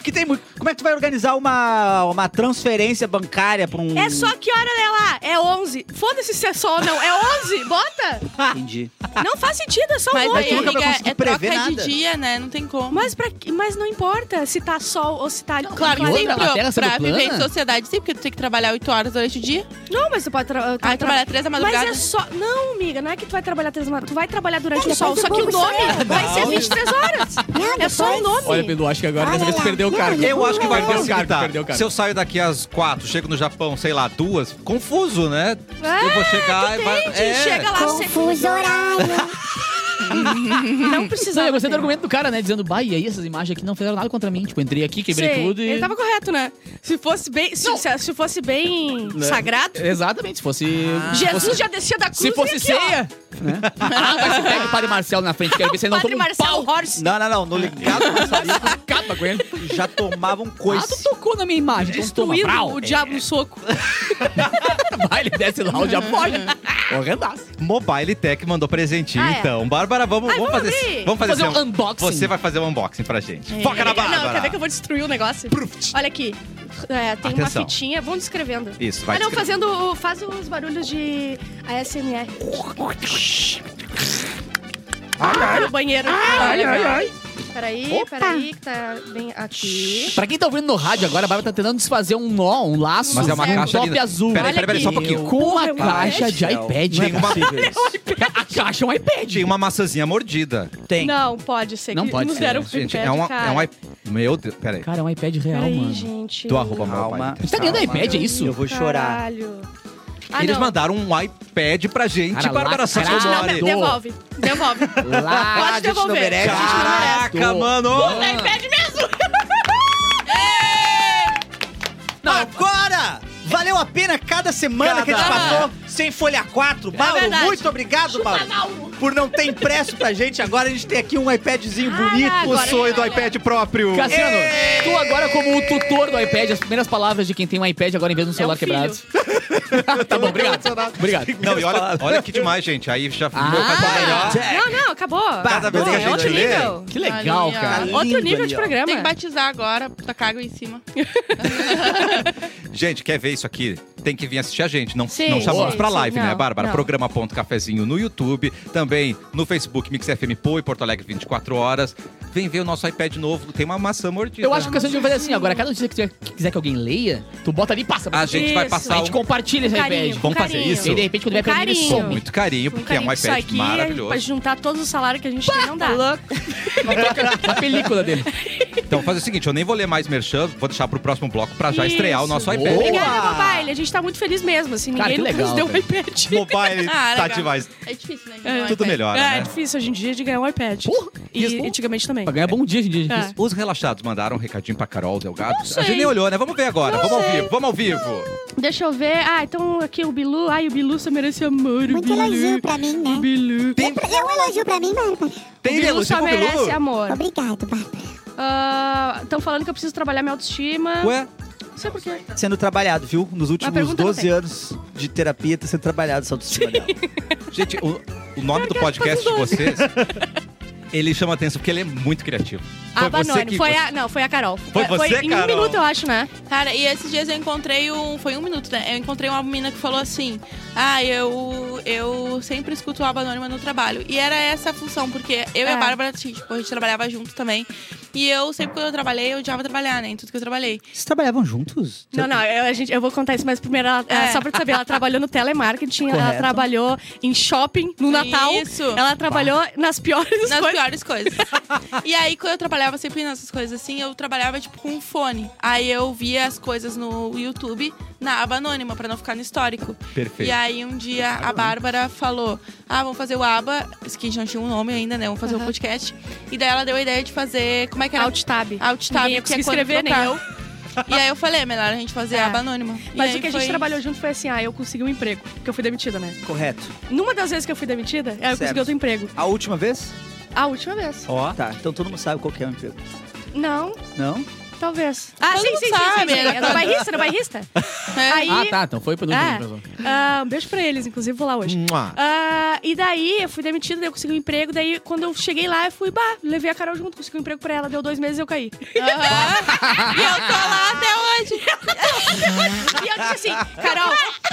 que tem muito... Como é que tu vai organizar uma, uma transferência bancária pra um... É só que hora é lá? É 11. Foda-se se é sol ou não. É 11. Bota. Entendi. Não faz sentido, é só Mas um aí, tu monte. nunca vai amiga, conseguir é troca prever nada. de dia, né? Não tem como. Mas, pra, que- mas não importa se tá sol ou se tá... Claro E que outra, sim, a Terra pra, sendo pra viver plana? em sociedade sim, porque tu tem que trabalhar 8 horas durante o dia. Não, mas tu pode tra- Ah, tra- trabalhar 3 da Mas madrugada. é só. Não, amiga, não é que tu vai trabalhar três horas. Tu vai trabalhar durante Não, o sol. depois Só o que o bobo nome sai. vai ser 23 horas. Não, É só o depois- nome. Olha, Pedro, acho que agora Olha dessa vez tu lá. perdeu o cargo. Eu acho que vai Perdeu o conseguir, cargo, tá? perdeu o cargo. Se eu saio daqui às quatro, chego no Japão, sei lá, duas, confuso, né? É, eu vou chegar e Entende? vai. É. Chega lá, você Confuso horário. não Não, eu precisava. gostei do ter. argumento do cara, né? Dizendo, bah, e aí essas imagens aqui não fizeram nada contra mim. Tipo, entrei aqui, quebrei Sei. tudo e. Ele tava correto, né? Se fosse bem. Se, se- se fosse bem Né? sagrado. Exatamente, se fosse. Ah. Jesus já descia da cruz. Ah. Se fosse e aqui, ó. ceia! Né? *laughs* ah, vai se pega o padre Marcelo na frente, quero ver se ele não Padre toma um Marcelo pau. Horst. Não, não, não. No ligado *laughs* Acaba com ele. já tomava um Ah, tu coice. tocou na minha imagem, então toma. Destruindo Brau. o diabo no soco. *laughs* Vai, ele desce lá, o diabo *laughs* pode. Horrendaço. Mobile Tech mandou presentinho, Ah, é. então. Bárbara, vamos, Ai, vamos, vamos fazer, abrir. É. vamos fazer. Fazer um esse- unboxing. Você vai fazer um unboxing pra gente. Foca na Bárbara. Não, quer ver que eu vou destruir o negócio? Olha aqui. É, tem Atenção. uma fitinha. Vão descrevendo. Isso, vai ah, não, descrever. fazendo. o- Faz os barulhos de ASMR. Ah, no banheiro. Ai, ai, ai. Peraí, peraí, que tá bem aqui. Pra quem tá ouvindo no rádio agora, a Bárbara tá tentando desfazer um nó, um laço. Mas é uma um caixa top linda. azul. Peraí, Olha peraí, peraí, só um aqui. pouquinho. Com uma Porra, meu caixa iPad, de não. iPad. Tem é uma, A caixa é um iPad. tem uma maçãzinha mordida. Tem. Não, pode ser. Não que pode nos ser, deram Gente, iPad, é, uma, cara. é um iPad. Meu Deus, peraí. Cara, é um iPad real, Peraí, mano. gente. Do arroba Calma. mobile. A gente tá ganhando Calma. iPad, é isso? Eu vou chorar. Caralho. Ah, Eles não. mandaram um iPad pra gente, Cara, Bárbara lá- Santos cara, Osório. lá- Não, devolve. Devolve. Lá Ah, Pode a gente devolver. não merece. A gente não merece. Caraca, mano! É iPad mesmo! Agora! Valeu a pena cada semana que a gente passou sem folha 4. Mauro, verdade. muito obrigado, Mauro. Por não ter impresso pra gente. Agora a gente tem aqui um iPadzinho bonito. O sonho do iPad próprio. Cassiano, tu agora como o tutor do iPad, as primeiras palavras de quem tem um iPad agora em vez de um celular um filho. quebrado. *laughs* tá bom, obrigado. Obrigado. Não, e olha, olha que demais, gente. Aí já ficou Ah. cada melhor. Não, não, acabou. Cada vez Não, que a é outro gente lê, nível. Que legal, Ali, ó. cara. Outro nível de programa. Tem que batizar agora, puta cago em cima. Gente, quer ver isso aqui? Tem que vir assistir a gente. Não, Sim, não chamamos sim, pra sim, live, né, não, Bárbara? não. Programa.cafezinho no YouTube, também no Facebook Mix FM Pô e Porto Alegre 24 horas. Vem ver o nosso iPad novo, tem uma maçã mordida. Eu acho que o Cassiano devia fazer assim, agora cada notícia que tu quiser que alguém leia, tu bota ali e passa. a gente vai Isso. a passar gente um compartilha esse Com carinho, iPad. com Vamos fazer carinho. isso? E aí, de repente, quando Com vai perder, ele carinho. com some. muito carinho, Com porque é um carinho, isso iPad aqui, Pra maravilhoso. juntar todos os salários que a gente tem, não dá. A película dele. Então faz o seguinte, eu nem vou ler mais merchan, vou deixar pro próximo bloco pra já Isso. estrear o nosso iPad. *laughs* Obrigada, mobile. A gente tá muito feliz mesmo, assim. Cara, Ninguém que nunca nos deu legal, um velho. iPad. Mobile Ah, tá legal. demais. É difícil, né? Tudo melhor, É, né? difícil hoje em dia de ganhar um iPad. Porra, e isso. antigamente também. Pra ganhar bom dia, gente. É. disso. Os relaxados mandaram um recadinho pra Carol Delgado. A sei. gente nem olhou, né? Vamos ver agora. vamos ao vivo, vamos ao vivo. Deixa eu ver. Ah, então aqui o Bilu. Ai, o Bilu só merece amor. o Muito Bilu. elogio pra mim, né? Bilu. É pra- É um elogio pra mim, Bárbara. O Tem Bilu elogio só pro Bilu? merece amor. Obrigado, Bárbara. Estão falando que eu preciso trabalhar minha autoestima. Ué, Não sei por quê. sendo trabalhado, viu? Nos últimos pergunta não 12 tem. anos de terapia, tá sendo trabalhado essa autoestima dela. Gente, o, o nome do podcast de vocês, *laughs* ele chama atenção porque ele é muito criativo. a Ah, Banone. que- Foi a, não, foi a Carol. Foi você, em Carol? um minuto, eu acho, né? Cara, e esses dias eu encontrei um. Foi um minuto, né? Eu encontrei uma menina que falou assim: Ah, eu, eu sempre escuto o Aba Anônima no trabalho. E era essa a função, porque eu e É. a Bárbara, tipo, a gente trabalhava junto também. E eu sempre quando eu trabalhei, eu odiava trabalhar, né? Em tudo que eu trabalhei. Vocês trabalhavam juntos? Não, não, eu, a gente, eu vou contar isso, mas primeiro, ela- ela- É. só pra tu saber, ela trabalhou no telemarketing, ela Correto. trabalhou em shopping no Natal. Isso. Ela trabalhou nas *laughs* piores Nas coisas. piores coisas. e aí, quando eu trabalhava sempre nessas coisas assim, eu trabalhava, tipo, com um fone. Aí eu via as coisas no YouTube na aba anônima, pra não ficar no histórico. Perfeito. *laughs* E aí, um dia, a Bárbara falou: Ah, vamos fazer o aba, que já não tinha um nome ainda, né? Vamos fazer o Aham. podcast. E daí ela deu a ideia de fazer. Como é que era? Alt tab. Alt tab, Ninguém ia que é conseguir quando escrever, né? nem trocar. eu. E aí eu falei, melhor a gente fazer É. a aba anônima. E Mas aí o que a gente foi trabalhou isso. junto foi assim, ah, eu consegui um emprego, porque eu fui demitida, né? Correto. Numa das vezes que eu fui demitida, é, eu Certo. consegui outro emprego. A última vez? A última vez. Ó. Tá, então todo mundo sabe qual que é o emprego. Não, Não? talvez. Ah, Todo sim, mundo sim, sim, sabe, sim, sim. né? É no bairrista, no bairrista. É. É. Aí, Ah, tá. Então foi pro É. pessoal. ah, um beijo pra eles, inclusive vou lá hoje. Mua. Ah, e daí eu fui demitida, daí eu consegui um emprego. Daí quando eu cheguei lá, eu fui, bah, levei a Carol junto, consegui um emprego pra ela. Deu dois meses e eu caí. Aham. e eu tô lá até hoje. E eu disse assim, *laughs* Carol. eu-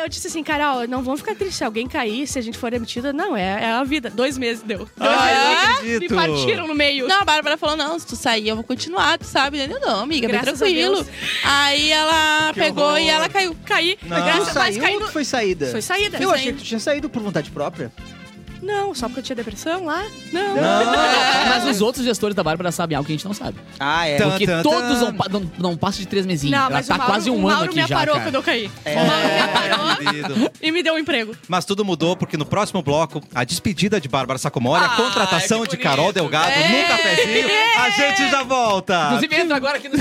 Eu disse assim, Carol, não vamos ficar tristes. Se alguém cair, se a gente for demitida, não, é, é a vida. Dois meses deu. Dois Ah, meses. Me acredito. partiram no meio. Não, a Bárbara falou: não, se tu sair, eu vou continuar, tu sabe? Eu, não, amiga, bem Graças a tranquilo. Deus. Aí ela pegou horror. e ela caiu. Caí. Não. Graças tu mas saiu caí ou no... tu foi saída? Foi saída. Eu achei que tu tinha saído por vontade própria. Não, só porque eu tinha depressão lá? Não. Mas os outros gestores da Bárbara sabem algo que a gente não sabe. Ah, é. Então- Porque Tan, tan, todos tan. não, pa- não, não passam de três mesinhos. Não, Ela mas tá o Mauro, quase um o ano Mauro aqui me já, aparou cara. É. quando eu caí. O Mauro me aparou Querido. e me deu um emprego. Mas tudo mudou porque no próximo bloco, a despedida de Bárbara Sacomori, a Ah, contratação que de bonito. Carol Delgado É. no cafezinho. A gente já volta. Inclusive, entra agora aqui no...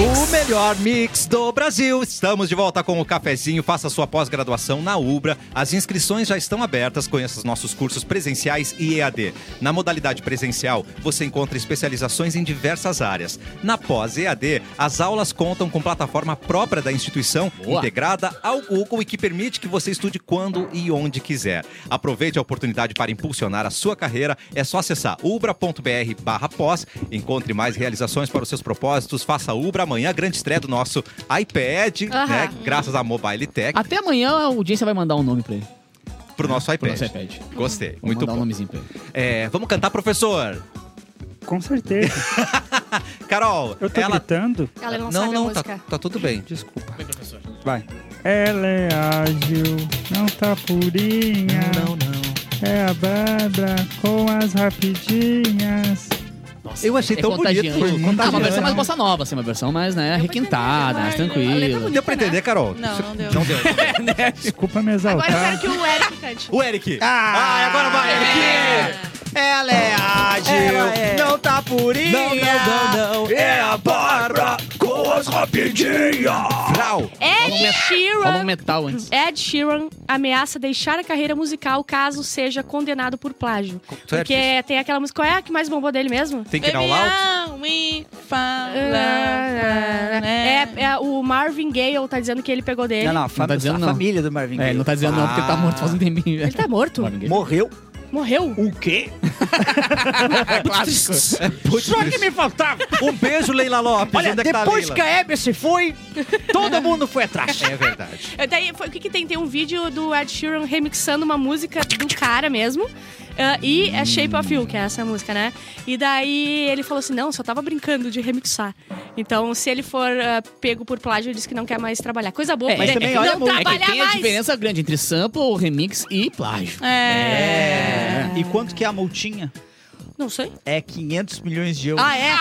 O melhor mix do Brasil. Estamos de volta com o cafezinho. Faça sua pós-graduação na Ubra. As inscrições já estão abertas. Conheça os nossos cursos presenciais e EAD. Na modalidade presencial, você encontra especializações em diversas áreas. Na pós-EAD, as aulas contam com plataforma própria da instituição, Boa. integrada ao Google e que permite que você estude quando e onde quiser. Aproveite a oportunidade para impulsionar a sua carreira. É só acessar ubra.br barra pós. Encontre mais realizações para os seus propósitos. Faça Ubra amanhã, grande estreia do nosso iPad, Aham. Ah, né? Graças à Mobile Tech, Até amanhã a audiência vai mandar um nome pra ele. pro nosso Pro iPad. nosso iPad. Gostei, Vamos muito mandar um bom. nomezinho pra ele. É, vamos cantar, professor? Com certeza. Carol, Eu tô ela... gritando. Ela não, não, sabe a não tá, música. tá tudo bem. Desculpa. Ela é ágil, não tá purinha. não. É a Bárbara com as rapidinhas. Nossa, Eu achei é tão bonito, contagiante. foi Ah, uma contagiante. versão mais bossa nova, assim, uma versão mais, né, requintada, mais tranquila. Deu pra né? entender, Carol? é Não, não um deu. Não deu. Desculpa me Agora eu quero exaltar. que o Eric cante. O Eric. Ah, Ai, agora vai, Eric. Ela é ágil, Ela é. não tá purinha. Não, não, não, não. É a barra com as rapidinhas. Brau. Ed Rola um Sheeran. metal antes. Ed Sheeran ameaça deixar a carreira musical caso seja condenado por plágio. Porque tem aquela música. Qual é a que mais bombou dele mesmo? é Ah, Tem que ir Baby, ao loud? how we fala, né? É, é, o Marvin Gaye tá dizendo que ele pegou dele. É. Não, não, a, fa- tá dizendo a não. família do Marvin É, Gaye. ele não tá dizendo não, porque ele tá morto faz um tempinho. Ele tá morto? Morreu. Morreu? O quê? Tá Clássico. Ah. Só que me faltava. Um beijo, Leila Lopes. Olha, Onde é que tá a depois Leila? que a Hebe se foi, todo mundo foi atrás. É verdade. É, Daí, foi, o que, que tem? Tem um vídeo do Ed Sheeran remixando uma música do cara mesmo. ah, e é Shape of You, que é essa música, né? E daí ele falou assim: não, só tava brincando de remixar. Então, se ele for ah, pego por plágio, ele disse que não quer mais trabalhar. Coisa boa, mas né? também não olha muito. É trabalhar que tem a mais. diferença grande entre sample, remix e plágio. É. E quanto que é a multinha? Não sei. É 500 milhões de euros. Ah, é?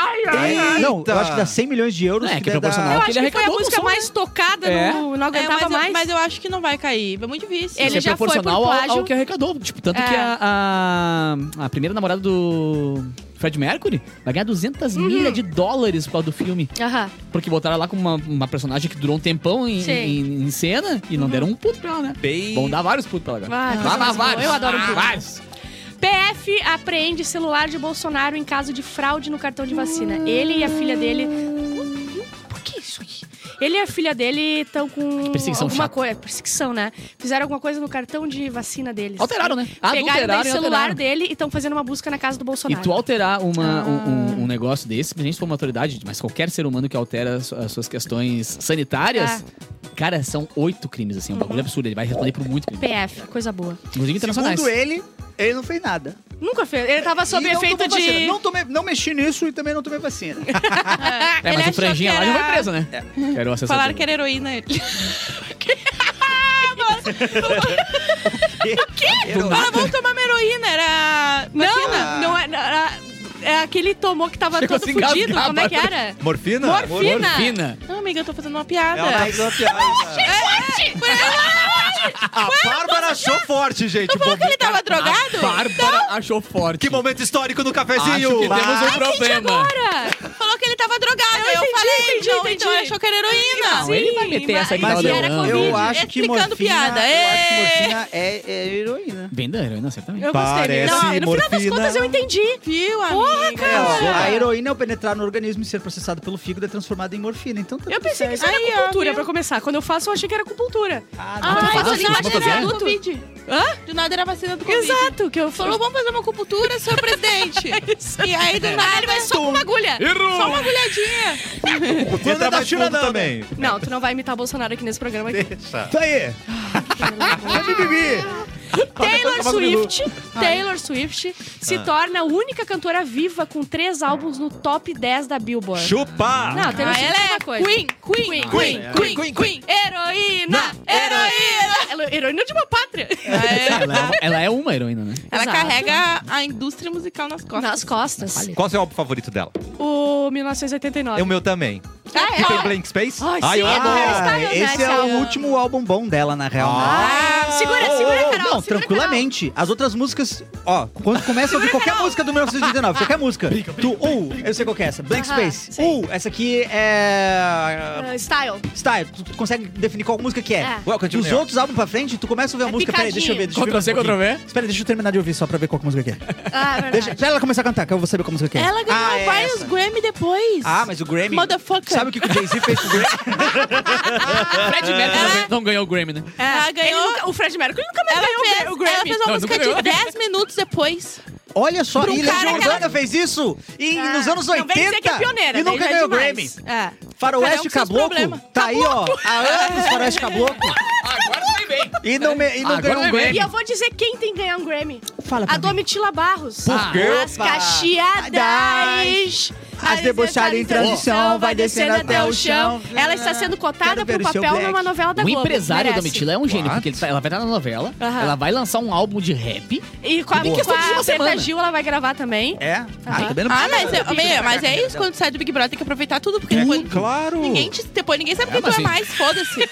Não, eu acho que dá 100 milhões de euros. É, que é deve dar- proporcional. eu Não, acho ele que foi a arrecadou música com som, né? mais tocada É. no Não É, Aguentava mas, Mais. Eu, mas eu acho que não vai cair. É muito difícil. Ele Isso é já foi por proporcional ao- plágio. ao que arrecadou. Tipo, tanto É. que a, a, a primeira namorada do Fred Mercury vai ganhar 200 Uhum. milhas de dólares por causa do filme. Aham. Porque botaram lá com uma, uma personagem que durou um tempão em, Sim. em- em cena e não deram um puto pra ela, né? Bem... Vão dar vários putos pra ela agora. Ah, Vá, coisa vá, mais boa. vários. Eu adoro um Ah, puto. vários. PF apreende celular de Bolsonaro em caso de fraude no cartão de vacina. Ele e a filha dele. Por que isso aqui? Ele e a filha dele estão com perseguição alguma chata. coisa. Perseguição, né? Fizeram alguma coisa no cartão de vacina deles. Alteraram, né? Pegaram Adulteraram o e celular alteraram. dele e estão fazendo uma busca na casa do E Bolsonaro. tu alterar uma, um, um- um negócio desse, principalmente se for uma autoridade, mas qualquer ser humano que altera as su- as suas questões sanitárias, cara, são oito crimes, assim, um bagulho absurdo. Ele vai responder por muito crime. PF, coisa boa. Inclusive internacionais. Segundo ele, ele não fez nada. Nunca fez. Ele tava sob E não efeito tomou vacina. de. Não, tomei, não mexi nisso e também não tomei vacina. É, Ele mas achou o franjinha que lá já era- foi preso, né? Quero acessar. Falaram que era heroína ele. Ela vão tomar uma heroína, era. Não, vacina. não, é. era- É aquele tomou que tava Chegou assim, todo a se fudido. engasgar, Como é que mano. era? Morfina? Morfina. Fina. Não, amiga, eu tô fazendo uma piada. É, Ela tá A Bárbara achou forte, gente. Tu falou que ele tava drogado? Bárbara achou forte. Que momento histórico no Acho cafezinho. que temos um problema. Cara, Falou que ele tava drogado. Eu, entendi, falei, entendi, não, entendi. então ele achou que era heroína. Não, ele vai meter essa *laughs* aí mas que ele tá era olhando. Covid. Eu acho que explicando morfina, piada. Eu acho que Ê! morfina é, é heroína. Bem da heroína, certamente. eu gostei. Parece Não, no final das morfina. contas eu entendi. Viu, amiga? Porra, É, ó, cara. a heroína é o penetrar no organismo e ser processado pelo fígado é transformada em morfina. Então tá Eu tudo pensei que certo. isso era Aí, ó, acupuntura, viu? pra começar. Quando eu faço, eu achei que era acupuntura. Ah, não. Ah, Ah, mas sim, do nada botou era assim? zero? Covid. Do nada era vacina do Covid. Exato, que eu Falou, falo. vamos fazer uma acupuntura, senhor *laughs* presidente. E É aí, do nada, ele vai só com uma agulha. Só uma agulhadinha. Você tá mais fundo também. Não, né? Tá. tu não vai imitar Bolsonaro aqui nesse programa. Aqui. Isso aí. Taylor Swift, Taylor Swift se torna a única cantora viva com três álbuns no top 10 da Billboard. Chupa! Não, Taylor Ah, Swift ela é é uma coisa. Queen, Queen, Queen, Queen, Queen, Queen. Heroína, heroína. Ela é heroína de uma pátria. Ela, é- ela é uma heroína, né? Ela Exato. carrega a indústria musical nas *laughs* costas. Nas costas. Qual é o seu álbum favorito dela? O É 1989. o meu também. Ah, é? People Blank Space? Ai, Ai, sim, eu é do Harry adoro. Styles. Styles, né, Ah, esse é Styles? o último álbum bom dela, na real. né? Ah, segura, Ô, segura, ô, ô, Carol. não, segura, tranquilamente. As outras músicas, ó, quando começa a ouvir qualquer música do 1989, qualquer música, tu, uh, eu sei qual que é essa, Blank Aham, Space, sei. uh, essa aqui é... Carol. Ah, Style. Style, tu, tu consegue definir qual música que é. É. Ué, continua. Dos outros álbuns pra frente, tu começa a ouvir a É música, peraí, deixa eu ver, deixa eu ver. Ctrl C, um pouquinho. Ctrl V. Espera, deixa eu terminar de ouvir só pra ver qual que música que é. Ah, é verdade. Deixa, deixa ela começar a cantar, que eu vou saber qual música que é. Ela ganhou ah, é vários essa. Grammy depois. Ah, mas o Grammy... Motherfucker. Sabe o que que o Jay-Z fez pro Grammy? Ah, Fred Mercury não ganhou- não ganhou o Grammy, né? É, Ela ele ganhou- nunca- o Fred Mercury nunca mais Ela ganhou o fez, Gra- o ela Grammy. fez uma Não, música nunca de ganhou. 10 minutos depois. Olha só, Pra um e cara Legião que ela- Urbana fez isso e Ah, nos anos 80 Não vem dizer que é pioneira, e daí nunca já é ganhou o Grammy. demais. É. Cada um Faroeste com seus Caboclo, problemas. tá aí, ó, há anos Faroeste Caboclo Agora foi bem. e não, me, e não Agora é ganhou um eu ganhei. Grammy. E eu vou dizer quem tem que ganhar um Grammy. Fala A pra mim. Domitila Barros. Por quê? As Opa. Caxiadas. A debochada em transição vai descendo até o chão. Ela está sendo Quero cotada ver pro o seu papel Black. numa novela da O Globo. Um empresário da merece. Metila é um gênio, porque ele tá- ela vai estar na novela, Aham. ela vai lançar um álbum de rap. E com a, Em com questão de uma a Preta semana. Gil, ela vai gravar também. É? Ah, também não Ah, precisa. mas, é- meio, mas é isso, quando tu sai do Big Brother tem que aproveitar tudo, porque Uh, depois, Claro! ninguém te, depois ninguém sabe É, quem tu mas é e- mais, foda-se. tu tem que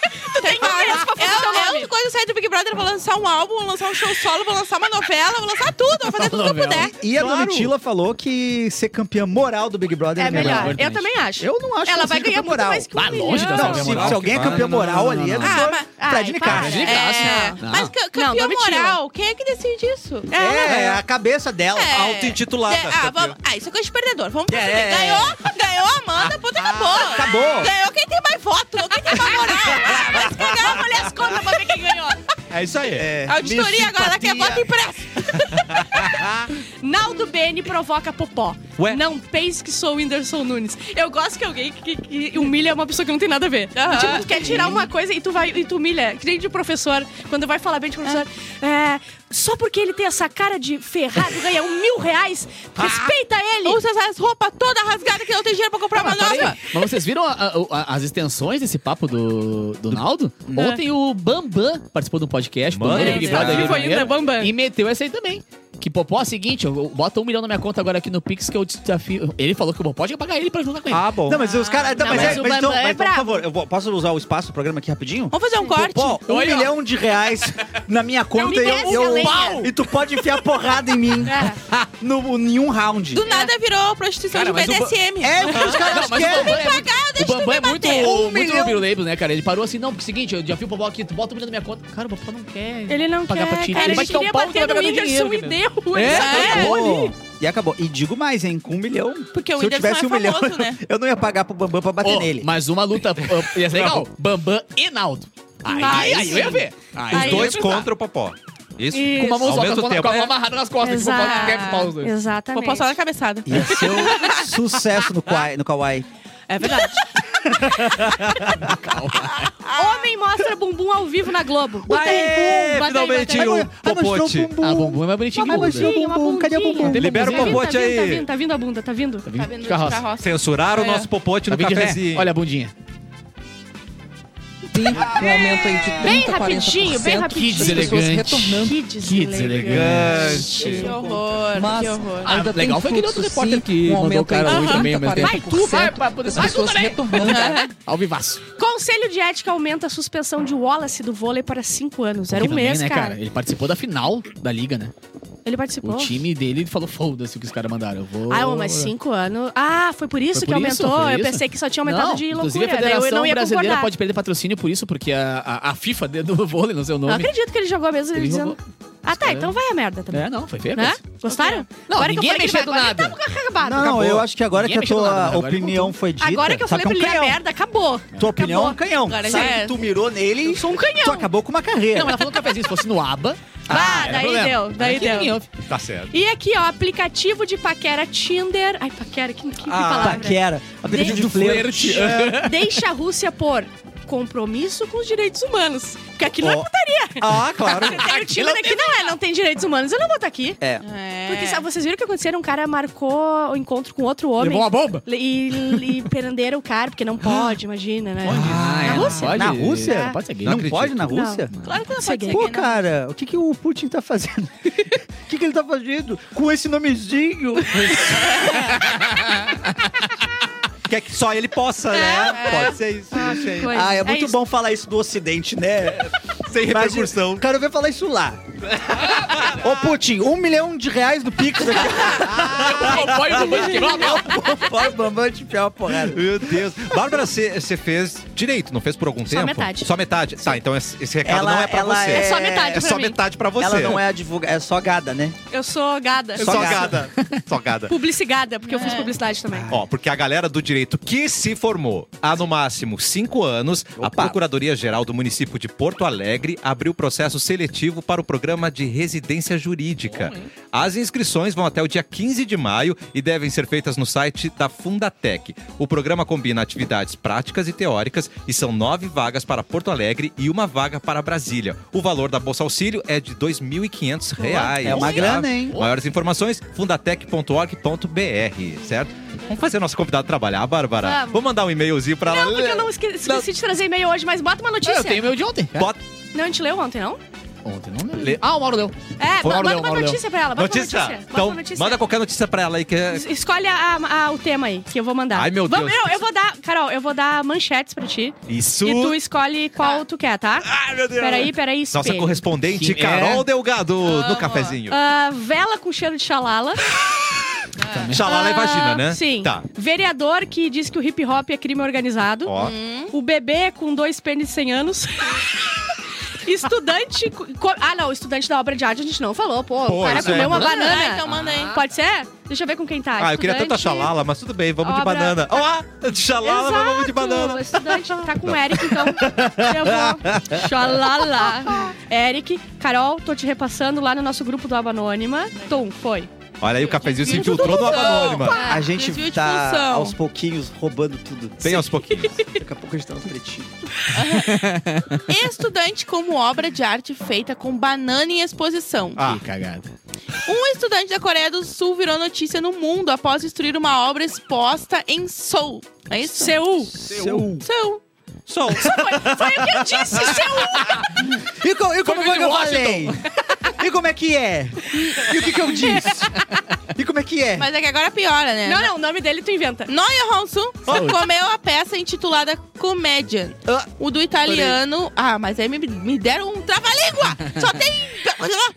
pra fazer teu eu, nome. eu, quando eu sair do Big Brother, eu vou lançar um álbum, vou lançar um show solo, vou lançar uma novela, vou lançar tudo, vou fazer tudo que eu Novela. puder. E a Claro. Domitila falou que ser campeã moral do Big Brother É melhor. importante. Eu também acho. Eu não acho ela que vai seja campeã ganhar muito moral. mais que um Ah, longe milhão. dessa Não, campeã se, moral, se alguém é que vai- campeã não, não, moral não, ali, não, é não, não. Ah, mas- do Fred Ai, Nicasso. para. Fred Nicasso, É, não. mas ca- Não, campeão Domitila. moral, quem é que decide isso? É, é a cabeça dela. É. Auto-intitulada. É, ah, vamos- ah, isso é coisa de perdedor. Vamos É, prosseguir. é, é. Ganhou, ganhou a Amanda, puta, acabou. acabou. Ganhou quem tem mais voto, não quem tem mais *laughs* moral. Ah, Vai se cagar, eu vou ler as contas pra ver quem ganhou. É isso aí. É, Auditoria minha agora, ela quer simpatia. voto impresso. Naldo Bene provoca popó. Ué? Não pense que sou o Whindersson Nunes. Eu gosto que alguém que, que humilha uma pessoa que não tem nada a ver. Aham. Tipo, tu quer tirar uma coisa e tu vai e tu humilha. Que nem de professor, quando vai falar bem de professor. Ah. É, só porque ele tem essa cara de ferrado, ganha um mil reais, Ah. respeita ele. Usa essas roupas todas rasgadas que não tem dinheiro pra É comprar uma Tá, Mas, peraí, nova. mas vocês viram a- a- a- as extensões desse papo do, do Né. Naldo? Ontem o Bambam participou de um podcast, Mano, Bambam do Big é, Brother, tá. Rio de Foi Janeiro, ainda, Bambam. e meteu essa aí também. Que Popó é o seguinte, eu- eu- bota um milhão na minha conta agora aqui no Pix que eu desafio. Ele falou que o Popó tinha que pagar ele pra juntar com ele. Ah, bom. Não, mas os caras. então, Não, mas, é- mas o mas então, Bambam é mas então, por bravo. favor, eu vou- posso usar o espaço do programa aqui rapidinho? Vamos fazer um corte? Pô, um Olha, ó. milhão de reais na minha conta e desce É. eu, a eu- lenha. e tu pode enfiar porrada em mim no, em um round. Do nada virou prostituição Cara, de mas o ba- BDSM. É o que os caras Não, mas o querem. Bambam é muito, pagar, o deixa Bambam tu me é muito, bater. Um muito milhão. Ruby Labels, né, cara? Ele parou assim, não, porque é o seguinte, eu desafio o Popó aqui, tu bota um milhão na minha conta. Cara, o Popó não quer Ele não pagar pra quer, ti. cara. ele Ele vai te dar um queria pau, tu vai bater no pagar teu Whindersson dinheiro. e cara. deu. *laughs* É, E Exatamente. acabou. E acabou. E digo mais, hein? Com um milhão. Porque o Se eu Whindersson tivesse é um milhão, famoso, né? *laughs* eu não ia pagar pro Bambam pra bater Ó, nele. Mas uma luta ó, ia ser legal. Bambam e Naldo. Aí, Aí aí eu ia ver. Aí Os eu dois ia pensar. contra o Popó. Isso. Isso. Com uma mão Ao só, mesmo com a, tempo, com a mão é. amarrada nas costas. Tipo, Exato. quer pau os dois. Vou Exatamente. passar na cabeçada. Ia ser um sucesso no, Kwai- no Kawaii. *laughs* É verdade. Homem mostra bumbum ao vivo na Globo. Bota aí, Ah. Aê, bum, bota aí, finalmente bota aí. Ai, o mas- ai, mostrou Popote. o bumbum. Ah, bumbum é mais bonitinho que Ai, bunda. mostrou o Bundinha, uma bumbum. Cadê o bundinha. bumbum? Tem É. Libera o bumbum. Popote tá vindo, tá aí. vindo, tá vindo a bunda, tá vindo. Tá Tá vindo vindo de de carroça. carroça. Censuraram o É. nosso Popote Tá no vindo de ré. cafezinho. Olha a bundinha. Tem um aumento aí de 30, Bem rapidinho, bem 40%. Que rapidinho. deselegante. Que Que deselegante. É. Elegante. Que horror, Mas- que horror. Ah, Ainda tem legal um foi aquele outro fluxo, repórter sim, que um mandou aumento o cara aí de hoje 30, também ao mesmo tempo. Vai tu, vai, pra poder As vai tu pessoas também. retornando. Ao vivaço. Conselho de ética aumenta a suspensão de Wallace do vôlei para 5 anos. Era um Porque também, mês, né, cara. Ele participou da final da liga, né? Ele O participou. time dele falou, foda-se o que os caras mandaram. Eu vou... Ah, mas 5 anos. Ah, foi por isso Foi que por isso, aumentou. foi Eu isso. pensei que só tinha aumentado não, de loucura. inclusive daí a Federação eu não ia Brasileira concordar. pode perder patrocínio por isso, porque a, a, a FIFA deu do vôlei, não sei o Não nome. acredito que ele jogou mesmo ele Ele dizendo. Ah, tá, Cara- então vai a merda também. É, não, foi feio. Né? Gostaram? Não, Agora ninguém que eu falei mexeu que do vai- agora tá nada. ele tava acabado. Não, Acabou. eu acho que agora que Ninguém a mexeu tua nada, agora ele opinião foi dita. Agora que eu só falei pra é um ele, a canhão. merda, acabou. Tua opinião é um Acabou. canhão. Agora Sabe já que é. tu mirou nele Eu sou um canhão. Tu acabou com uma carreira. Não, ela falou que cafezinho, se fosse no ABA. tá Ah, era daí problema. deu, daí Aqui deu. ninguém ouve. Tá certo. E aqui, ó, aplicativo de paquera Tinder. Ai, paquera, que, que, que palavra. Ah, Paquera. Aplicativo Desde de flerte. *laughs* É, *laughs* Deixa a Rússia por compromisso com os direitos humanos. Porque aqui não é Ó. *laughs* putaria. Ah, *laughs* claro. Tem o Tinder aqui, não é, não tem direitos humanos, eu não vou estar aqui. É. É. Porque sabe, vocês viram o que aconteceu? Um cara marcou o encontro com outro homem. Levou uma bomba? E, e perandeira o cara, *gasps* porque não pode, imagina, né? é. Ah, Na não Rússia? pode. Na Rússia? Ah. Não pode ser gay. Não, acredito. pode na Rússia? Claro que não Isso é pode gay. ser Pô, gay, não. cara, o que, que o Putin tá fazendo? *laughs* O que, que ele tá fazendo com esse nomezinho? Quer que só ele possa, né? Pode ser isso. não sei. Coisa. Ah, é É muito isso. bom falar isso do Ocidente, *laughs* né? Sem Imagina, *laughs* repercussão. Quero ver falar isso lá. Ô, Putin, um milhão de reais do Pix aqui. O boy do banho quebrou a mão. Fora o Bambam te enfiar uma porrada. Meu Deus. Bárbara, você fez direito, não fez por algum Só tempo? metade. Só metade. Tá, então esse esse recado Ela- não é pra ela você. É só metade É pra só mim. metade pra você. Ela não é advogada, é só gada, né? Eu sou gada. Só gada. Só gada. Publicigada, porque eu fiz publicidade também. Ó, porque a galera do direito que se formou há no máximo cinco anos, a Opa. Procuradoria-Geral do município de Porto Alegre abriu processo seletivo para o programa programa de residência jurídica. As inscrições vão até o dia 15 de maio e devem ser feitas no site da Fundatec. O programa combina atividades práticas e teóricas e são nove vagas para Porto Alegre e uma vaga para Brasília. O valor da Bolsa Auxílio é de R$ 2.500. reais, É uma tá? grana, hein? Maiores informações, fundatec.org.br, certo? Vamos fazer nosso convidado trabalhar, Bárbara? Vamos. Vou mandar um e-mailzinho para ela. Não, porque eu não esque- esqueci de trazer e-mail hoje, mas bota uma notícia. Ah, Ah, eu tenho meu de ontem. cara. É. Bota- Não, a gente leu ontem, não? Ontem não lembro. Lê. Ah, o Mauro leu. É, bo- Foi. Mauro bota leu, uma Mauro leu. notícia pra ela. Bota Notícia? uma notícia. Bota Então, uma notícia. manda qualquer notícia pra ela aí que é. Es- Escolhe a- a- o tema aí, que eu vou mandar. Ai, meu Vamos- Deus. não, eu vou dar, Carol, eu vou dar manchetes pra ti. Isso. E tu escolhe qual tu quer, tá? Ah. Ai, meu Deus. Peraí, peraí, Nossa espelho. correspondente Que- Carol é. Delgado no Vamos. cafezinho. Ah, vela com cheiro de xalala. Xalala Ah, e vagina, né? Sim. Tá. Vereador que diz que o hip hop é crime organizado. Ó. O bebê com dois pênis de 100 *laughs* anos. estudante. co- co- Ah, não, estudante da obra de arte a gente não falou. Pô, Pô, o cara isso é comeu uma banana. banana. Ah, então manda aí. Pode ser? Deixa eu ver com quem tá. Ah, eu queria Estudante- tanto a xalala, mas tudo bem, vamos de Obra- Ah. banana. Ó, xalala, mas vamos de Exato, banana. O estudante *laughs* tá com o Eric, então eu vou. Xalala. Eric, Carol, tô te repassando lá no nosso grupo do Aba Anônima. Tom, foi. Olha aí, o cafezinho se Desvio de infiltrou no função. anônima. A gente Ah, Desvio de tá função. aos pouquinhos roubando tudo. Bem aos pouquinhos. Daqui a pouco a gente tá nos pretinhos. Estudante como obra de arte feita com banana em exposição. Ah, Que cagada. Um estudante da Coreia do Sul virou notícia no mundo após destruir uma obra exposta em Seul. É isso? Seul. Seu. Seul. só Foi o que eu disse, Seul. *laughs* E, co- e como Foi foi que eu falei? Washington. E como é que é? E o que que eu *laughs* disse? E como é que é? Mas é que agora piora, né? Não, não, o nome dele tu inventa. Noia Honsu comeu a peça intitulada Comedian. Ah, O do italiano. Ah, mas aí me, me deram um trava-língua! Só *laughs* tem.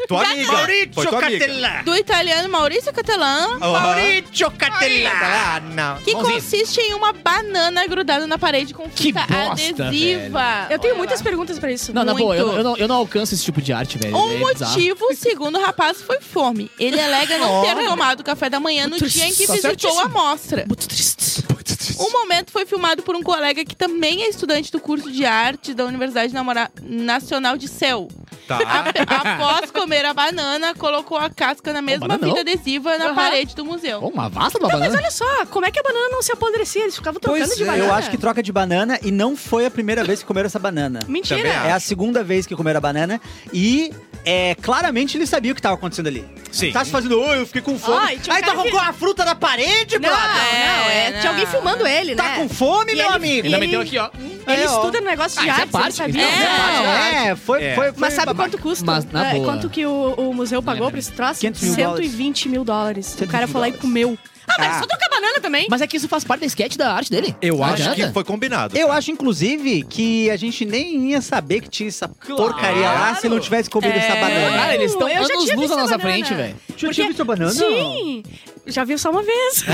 Tua amiga. Foi tua amiga. Catelá! Do italiano Maurício Ah, Catelan, Maurício Catelá! Ah, não. que Mãozinha. consiste em uma banana grudada na parede com Que fita bosta, adesiva. Eu tenho Olha muitas lá. perguntas pra isso. Não, na Muito. boa, eu, eu não, eu não alcanço esse tipo de arte, velho. Um é bizarro. motivo, segundo o rapaz, foi fome. Ele alega não ter tomado café da manhã no Muito dia em que triste. Tá visitou a certíssimo. amostra. Muito triste. O momento foi filmado por um colega que também é estudante do curso de arte da Universidade Namora- Nacional de *laughs* Céu. Tá. *laughs* Após comer a banana, colocou a casca na mesma bananão. fita adesiva na Aham. parede do museu. Pô, uma vasta uma banana. Olha só, como é que a banana não se apodrecia? Eles ficavam trocando Pois de é, banana. eu acho que troca de banana e não foi a primeira vez que comeram essa banana. Também Mentira. acho. É a segunda vez que comeram a banana e é, claramente ele sabia o que estava acontecendo ali. Sim. Tá se fazendo, "Oi, eu fiquei com fome. Ai, tinha um Aí tu cara arrancou a fruta da parede, Não, não, brother. é. É, Tinha alguém não. filmando ele, Tá né? com fome, E meu ele- amigo? Ele Ele- meteu aqui, ó. Ele É, ó. estuda no negócio de Ah, isso é arte, parte, você sabia? isso é parte. É. É, foi, É. foi, foi Mas sabe babaca. quanto custa? Mas na É, boa. Quanto que o, o museu pagou pra esse troço? 500 mil 120 mil dólares. O 120 cara mil foi lá e dólares. comeu. Ah, mas Ah. só troca banana também. Mas é que isso faz parte da sketch da arte dele. Eu Não acho adianta. que foi combinado. Eu acho, inclusive, que a gente nem ia saber que tinha essa porcaria lá se não tivesse comido essa É. banana. Cara, eles estão É, Eu já anos tinha luz visto né? à a nossa banana. frente, velho. Deixa eu tirar essa banana. Sim! Já viu só uma vez.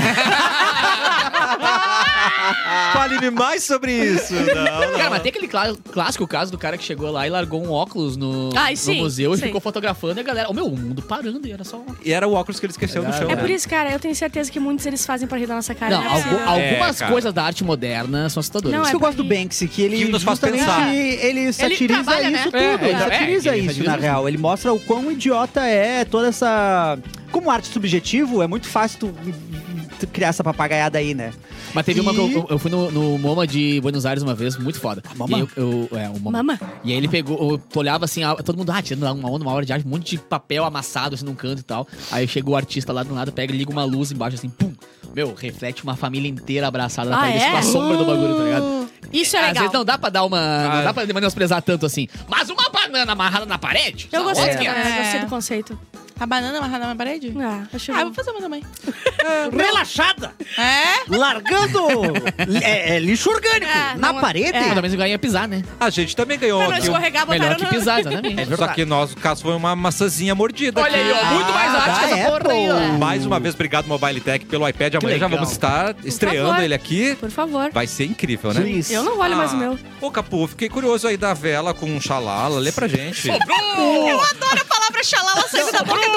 Fale-me mais sobre isso. *laughs* Não, não. Cara, mas tem aquele clá- clássico caso do cara que chegou lá e largou um óculos no, Ai, no sim, museu e sim. ficou fotografando e a galera. Oh, meu, o mundo parando e era só um óculos. E era o óculos que ele esqueceu no chão. né? É por isso, cara, eu tenho certeza que muitos eles fazem pra rir da nossa cara. Não, né? algu- algumas É, cara. coisas da arte moderna são assustadoras. Não, Isso é que eu gosto do pra Banksy, que ele Que nos faz justamente pensar. ele satiriza trabalha, né? isso É, tudo. Ele é, satiriza ele isso, satiriza na tudo. real. Ele mostra o quão idiota é toda essa. Como arte subjetivo, é muito fácil tu, tu criar essa papagaiada aí, né? Mas teve uma que eu- E- eu, eu fui no, no MoMA de Buenos Aires uma vez, muito Ah, foda. MoMA? E eu- eu- é, o MoMA. Mama. E aí ele pegou, eu- tu olhava assim, a- todo mundo, ah, tirando lá uma onda, uma hora de arte, um monte de papel amassado assim num canto e tal. Aí chega o artista lá do lado, pega, liga uma luz embaixo assim, pum. Meu, reflete uma família inteira abraçada na Ah, parede, é? assim, com a sombra do bagulho, tá ligado? Isso é Às vezes legal. não dá pra dar uma. Ah. Não dá pra menosprezar tanto assim. Mas uma banana amarrada na parede? Eu Sabe? gostei, Outro que é. cara, É. gostei do conceito. A banana amarrada na parede? Ah, acho Ah, bom. vou fazer uma também. Relaxada! É? *laughs* Largando é, é, lixo orgânico É, na não- parede. Pelo menos ganha pisar, né? A gente também ganhou Pra não aqui. escorregar, Melhor Tá botaram que na- pisar, *laughs* exatamente. Só que nós, o caso foi uma maçãzinha mordida. Olha aí, ó, muito mais Ah, arte que da essa porra aí, ó. Apple. Mais uma vez, obrigado Mobile Tech pelo iPad. Amanhã já legal. vamos estar estreando favor. ele aqui. Por favor. Vai ser incrível, né? Please. Eu não olho mais o Ah, meu. Ô, Capu, fiquei curioso aí da vela com um xalala. Lê pra gente. A palavra xalala saiu da boca assim, *laughs*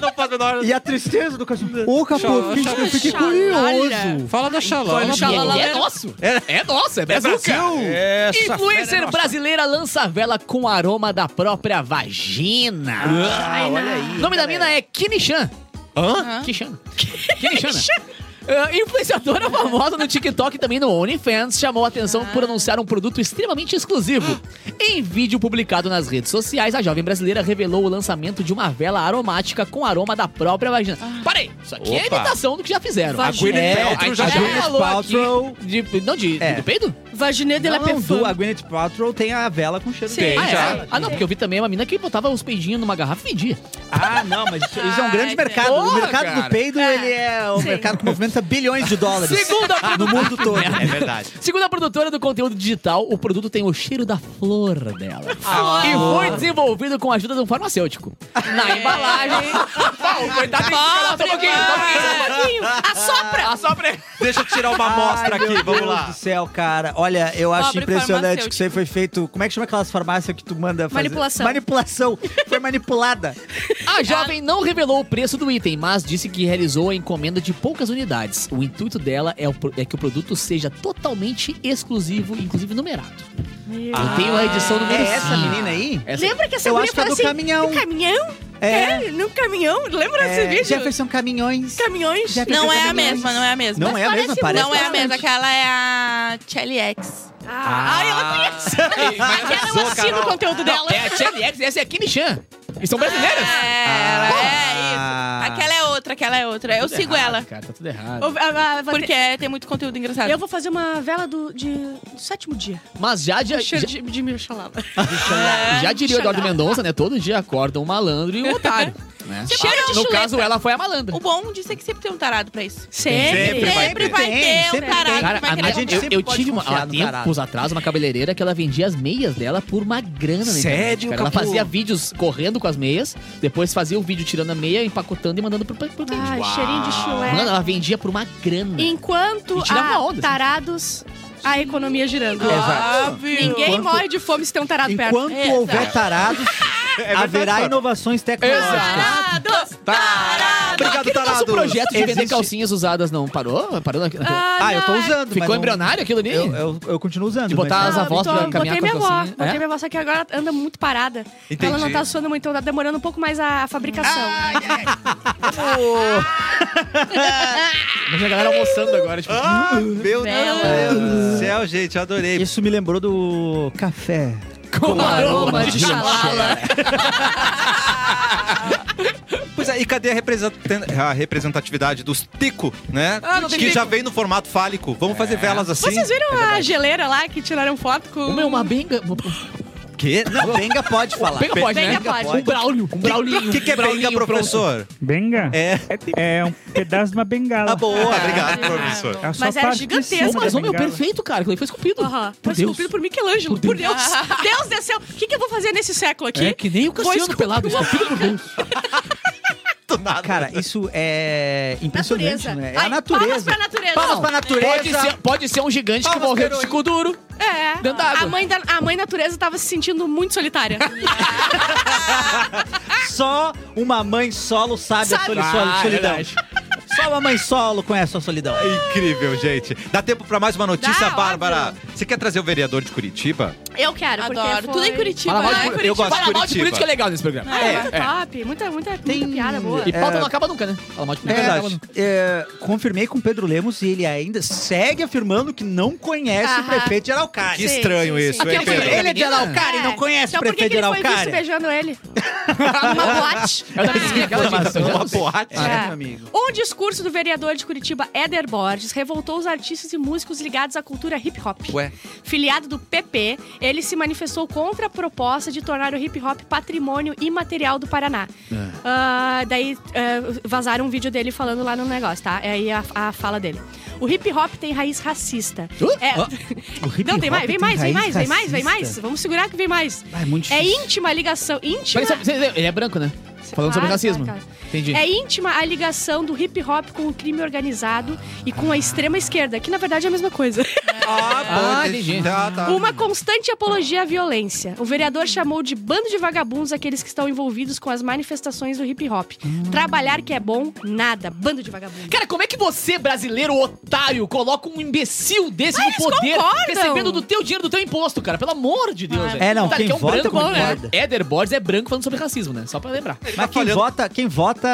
Não faz a menor. E a tristeza do cachorro. Ô, capô, fiquei- eu fiquei curioso. Fala da Xalá. Olha, é, é nosso. É, nosso, é brazuca. Essa fera é Influencer nossa. brasileira lança vela com aroma da própria vagina. Ah, olha aí. O nome da mina é Kimi Chan. Hã? Que chama? Que chama? Ah, influenciadora famosa no TikTok e também no OnlyFans chamou a atenção por anunciar um produto extremamente exclusivo. Em vídeo publicado nas redes sociais, a jovem brasileira revelou o lançamento de uma vela aromática com aroma da própria vagina. Parei! Isso aqui é Opa. imitação do que já fizeram. A Gwyneth É, Paltrow já a a gente Gwyneth falou aqui Paltrow- de- não, de, É. do peido? Vaginê de la Não, não, do, Perfum. a Gwyneth Paltrow tem a vela com cheiro é Sim. dele. ah, é? já. ah, não, porque eu vi também uma mina que botava os peidinhos numa garrafa e fedia. Ah, não, mas isso, isso é um Ai, grande gente. mercado. o Porra, mercado cara. do peido, É. ele é o Sim. mercado que movimenta bilhões de dólares. Segundo *laughs* a No mundo todo. É verdade. Segundo a produtora do conteúdo digital, o produto tem o cheiro da flor dela. E foi desenvolvido com a ajuda de um farmacêutico. Ah. Na embalagem. Pau, coitado, tem que ficar lá só um pouquinho, só um pouquinho. Assopra! Assopra. Deixa eu tirar uma amostra Ai, meu aqui, vamos Deus lá. do céu, cara. Olha, eu acho Pobre impressionante farmacêutico. que isso aí foi feito. Como é que chama aquelas farmácias que tu manda fazer? Manipulação. Manipulação. Foi manipulada. A jovem não revelou o preço do item, mas disse que realizou a encomenda de poucas unidades. O intuito dela é, o pro- é que o produto seja totalmente exclusivo, inclusive numerado. Eu tenho a edição número é essa cinco. menina aí? Ah, Essa- Lembra que essa Eu guria acho que é do fala assim, caminhão. "No caminhão? É. É, no caminhão? Lembra desse É, vídeo? Jefferson Caminhões. Caminhões? Jefferson Não tá é a Caminhões. mesma, não é a mesma. Não é a mesma, parece. Não é a mesma, aquela é a Chelly X. Ah, ai, ela conhece. Aquela eu Sou, assino o Carol. conteúdo dela. É a TLX, essa é a Kimi Chan. E são brasileiras? É, ela Ah. é isso. Aquela é outra, aquela é outra. Eu sigo ela. ah, Cara, tá tudo errado. Eu- a- a- vai ter- Porque tem muito conteúdo engraçado. Eu vou fazer uma vela do, de, do sétimo dia. Mas já, já, já, Cheiro de, de mirchalala. já diria o Eduardo Mendonça, né? Todo dia acorda um malandro e um *laughs* otário. né? Cheiro de no chuleta. caso, ela foi a malandra. O bom disso é que sempre tem um tarado pra isso. Sempre. Sempre. vai Sempre ter. vai Tem, ter um sempre tarado tem. Cara, que vai a querer. minha, gente eu, sempre eu pode tive uma, confiar há no caralho. tempos atrás uma cabeleireira que ela vendia as meias dela por uma grana. na internet, Sério, cara? Ela Capu? fazia vídeos correndo com as meias, depois fazia o vídeo tirando a meia, empacotando e mandando pro, pro pro cliente. Ai, cheirinho de Ah, chulé. Mano, ela vendia por uma grana. Enquanto E tirava há onda, assim. tarados, a economia girando. Óbvio. Ninguém Enquanto- morre de fome se tem um tarado Enquanto perto. houver tarados, haverá inovações tecnológicas. Ah, Tarados! Tarados! Obrigado, Aquele nosso tarado. projeto de vender Existe- calcinhas usadas não parou? Parou naquilo? Ah, eu tô usando. mas Ficou não- embrionário aquilo ali? Eu, eu, eu continuo usando. De botar mas- Ah, as avós então, pra caminhar botei com a minha avó, calcinha. botei É? minha avó, só que agora anda muito parada. Entendi. Ela não tá suando muito, então tá demorando um pouco mais a, a fabricação. Tá Mas a galera almoçando agora, tipo... Ah, meu Bela. É, Deus do céu, gente, eu adorei. Isso me lembrou do café. Com aroma de xalala. Pois é, e cadê a, representan- a representatividade dos tico, né? Ah, não tem que tico. já vem no formato fálico. Vamos fazer velas assim? Vocês viram a geleira lá que tiraram foto com. Como é uma benga... Que? Não, Benga pode falar. Benga pode, né? Benga pode. Um braulio, um braulinho. O que, que é um braulinho benga, pronto. professor? Benga? É. É um pedaço de uma bengala. Ah, É. boa, obrigado, Ah, professor. É só Mas era parte de gigantesca. cima Pô, mas da homem, é o bengala. perfeito, cara. Aquilo ali foi esculpido. Aham. Foi Por Deus. esculpido por Michelangelo. *laughs* Por Deus. Deus do céu. O que, que eu vou fazer nesse século aqui? É que nem o Vou Cassiano esculpir pelado, esculpido por Deus. Do nada. Cara, isso é impressionante, Natureza. né? É Ai, a natureza. Palmas pra natureza. Palmas pra natureza. Pode ser, pode ser um gigante que Palmas morreu pra de heroína. tico duro. É. Dentro da água. A mãe, da- a mãe natureza tava se sentindo muito solitária. Só uma mãe solo sabe, a soli- Ah, soli- é solidão. verdade. Só uma mãe solo conhece a solidão. É incrível, gente. Dá tempo pra mais uma notícia, Dá, Bárbara. Você quer trazer o vereador de Curitiba? *laughs* Eu quero, porque Adoro. foi- Tudo em Curitiba. Fala mal de né? Curitiba. eu gosto de Fala mal de Curitiba. política é legal nesse programa. Ah, muito top. Muita, muita, muita piada boa. E pauta não acaba nunca, né? Fala mal de É política não acaba verdade. nunca. É, confirmei com o Pedro Lemos e ele ainda segue afirmando que não conhece o Aham. prefeito de Araucária. Que estranho sim, isso, sim. hein, Aqui é Pedro? Ele Ele é é de de Araucária É. e não conhece então, o prefeito de por que que ele foi visto Araucária. É, beijando *laughs* ele? *laughs* Numa boate. Eu também Ah. segui aquela dica. eu já não sei. boate. É. né, amigo. O discurso do vereador de Curitiba, Éder Borges, revoltou os artistas e músicos ligados à cultura hip hop. Ué. Filiado do PP, ele se manifestou contra a proposta de tornar o hip hop patrimônio imaterial do Paraná. É. Ah, daí ah, vazaram um vídeo dele falando lá no negócio, tá? É aí a, a fala dele. O hip hop tem raiz racista. Uh? É- *laughs* Não, tem hip mais, hop vem tem mais, vem raiz mais, vem mais, vem mais. racista? Vamos segurar que vem mais. Ah, é muito É difícil. íntima a ligação, íntima. Mas sabe- você- Ele é branco, né? Falando sobre Claro, racismo. claro, Entendi. É íntima a *laughs* ligação do hip hop com o crime organizado e com a extrema esquerda, que na verdade é a mesma coisa. Ah, Ah, bom, entendi. tá, tá. *laughs* Uma constante apologia à violência. O vereador chamou de bando de vagabundos aqueles que estão envolvidos com as manifestações do hip hop. Hum. Trabalhar que é bom, nada. Bando de vagabundos. Cara, como é que você, brasileiro otário, coloca um imbecil desse no poder, concordam. recebendo do teu dinheiro, do teu imposto, cara? Pelo amor de Deus, Ah, velho. é, não, Tá, quem que é um vota branco, concorda. né? Éder Borges é branco falando sobre racismo, né? Só pra lembrar. Mas quem falhando. vota, quem vota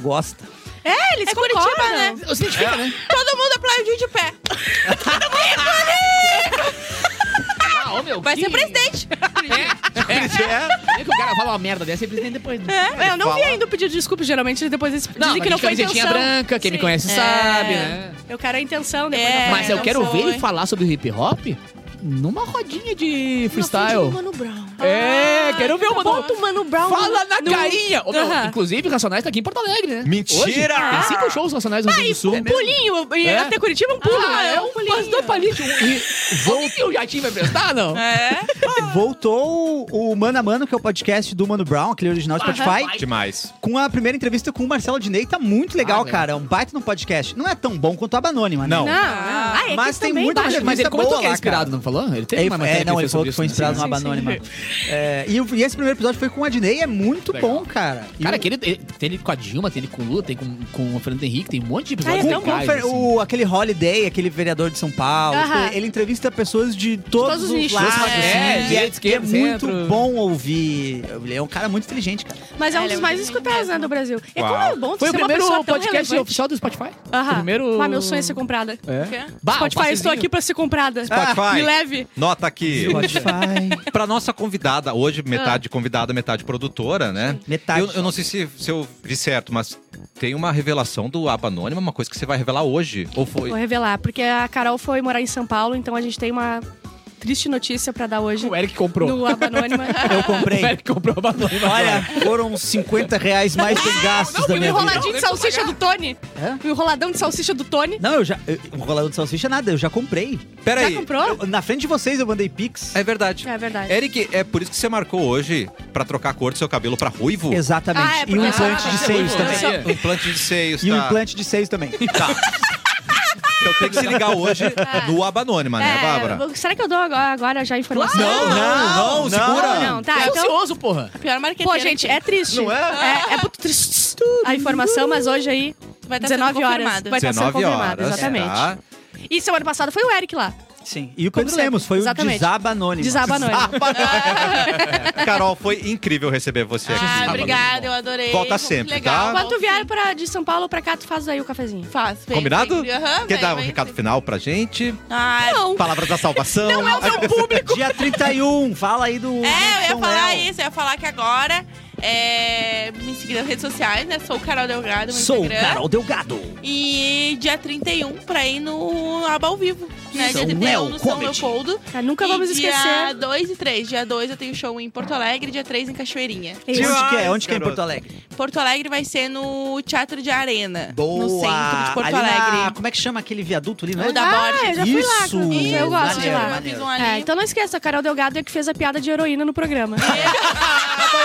gosta. É, eles é Curitiba, né? Eu senti fica, né? Todo mundo aplaudiu de pé. Ah, ô, meu, Vai que- ser presidente. *laughs* É, é que o cara fala uma merda dessa e é presidente depois. É, eu não Fala. vi ainda o pedido de desculpa, geralmente depois eles Não, dizem mas que não de foi camisetinha intenção. É. branca, quem me conhece sabe, né? Eu quero a intenção depois. É, não foi a Mas eu não quero sou, ver ele hein? falar sobre o hip hop numa rodinha de freestyle. Mano Brown. É, quero ver o Mano tá. Bota o Mano Brown. Fala na no- carinha! Ô, meu, Aham. Inclusive, o Racionais tá aqui em Porto Alegre, né? Mentira! Hoje, tem cinco shows Racionais no Rio Grande do Sul. Um pulinho, e É? até Curitiba é um pulo. Ah, né? é um mas *laughs* dois palitos. E Voltou. O Jatinho vai prestar, não? É. Voltou o Mano a Mano, que é o podcast do Mano Brown, aquele original do Spotify, Demais. com a primeira entrevista com o Marcelo Dinei. Tá muito legal, Ah, cara. É um baita no podcast. Não é tão bom quanto a Banônima, né? Não. Não, ah, é que Mas tem também muita baixa. gente- Mas ele entrevista comentou boa que era lá, inspirado, não falou? Ele teve Ele, uma matéria é, não, ele fez falou sobre que foi isso, inspirado né? numa Sim, banônima. *laughs* É, e, o- e esse primeiro episódio foi com o Adnei, é muito Legal. bom, cara. E o- Cara, aquele, ele- tem ele com a Dilma, tem ele com o Lula, tem com, com o Fernando Henrique, tem um monte de Ah, é episódios com- com legais, fer- assim. um o, aquele Holiday, aquele vereador de São Paulo, tipo, Aham. ele, ele entrevista pessoas de todos, todos os os nichos. lados. É, assim, direita, e é, esquerda, e é muito centro. bom ouvir. Ele é um cara muito inteligente, cara. Mas é um Ele é dos um mais gênio escutados, né, mesmo. do Brasil. E Uau. como é bom tu Foi o ser uma primeiro pessoa tão podcast relevante. oficial do Spotify. Aham. O primeiro... Ah, meu sonho é ser comprada. É. Quê? Bah, Spotify, um eu estou passezinho. Ah, aqui pra ser comprada. Spotify. Me leve. Nota aqui. *laughs* Spotify. Pra nossa convidada, hoje metade convidada, metade produtora, né? Metade. Eu, eu não sei se, se eu vi certo, mas tem uma revelação do Aba Anônima, uma coisa que você vai revelar hoje. Ou foi? Vou revelar, porque a Carol foi morar em São Paulo, então a gente tem uma triste notícia pra dar hoje O Eric comprou. no Aba *laughs* Anônima. Eu comprei. O Eric comprou a banana. Olha, foram 50 reais mais bem gastos E da o minha vida. um enroladinho de salsicha do Tony. O enroladão de salsicha do Tony. Não, eu já. eu- Enrolador de salsicha é nada, eu já comprei. Já Peraí. comprou? Eu- na frente de vocês eu mandei Pix. É verdade. É verdade. Eric, é por isso que você marcou hoje pra trocar a cor do seu cabelo pra ruivo? Exatamente. Ah, é e um porque- implante Ah, de tá. seios Eu também. só- Um implante de seios, tá? E um implante de seios também. Tá. Então tem que se ligar *laughs* hoje no Aba Anônima, né, Bárbara? É, será que eu dou agora, agora já a informação? Não, não, não, segura. Não, tá, É então... ansioso, né? porra. Pior marqueteiro. Pô, gente, é triste. Não é? É, é muito triste a informação, mas hoje aí, Vai estar 19 sendo horas, confirmado. vai estar sendo 19 confirmado, horas. exatamente. Tá? *laughs* E semana passada foi o Eric lá. Sim. E o Pedro Como sempre. Lemos foi o Exatamente. desaba anônimo. Desaba a noite. Carol, foi incrível receber você aqui. Ah, obrigada, eu adorei. Volta Foi sempre, muito legal. tá? Quando tu vier vier, pra, de São Paulo pra cá, tu faz aí o cafezinho. faz. vem, Combinado? vem. Aham, Quer vem, dar um vem, recado vem. final pra gente? Ah, Não. Palavra da salvação? é Dia 31, fala aí do. É, eu ia São falar El. isso, eu ia falar que agora é, me seguir nas redes sociais, né? Sou Carol Delgado no Sou Instagram. Carol Delgado. E dia 31 pra ir no Aba ao Vivo, né? São dia 31 Léo no São é Comedy. Leopoldo. Ah, nunca E vamos Dia esquecer. 2 e 3. Dia 2 eu tenho show em Porto Alegre, dia 3 em Cachoeirinha. De Isso. onde que é? Onde que é em garoto. Porto Alegre? Porto Alegre vai ser no Teatro de Arena. Boa! No centro de Porto ali Na, Alegre. como é que chama aquele viaduto ali, né? O da Borges. eu já fui lá. Isso! Isso, eu gosto de Maneiro, lá. Eu fiz um É, ali. então não esqueça, a Carol Delgado é que fez a piada de heroína no programa.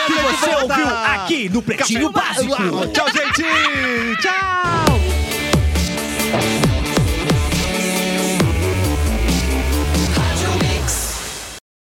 Que você ouviu aqui no Pretinho Básico. Tchau, gente!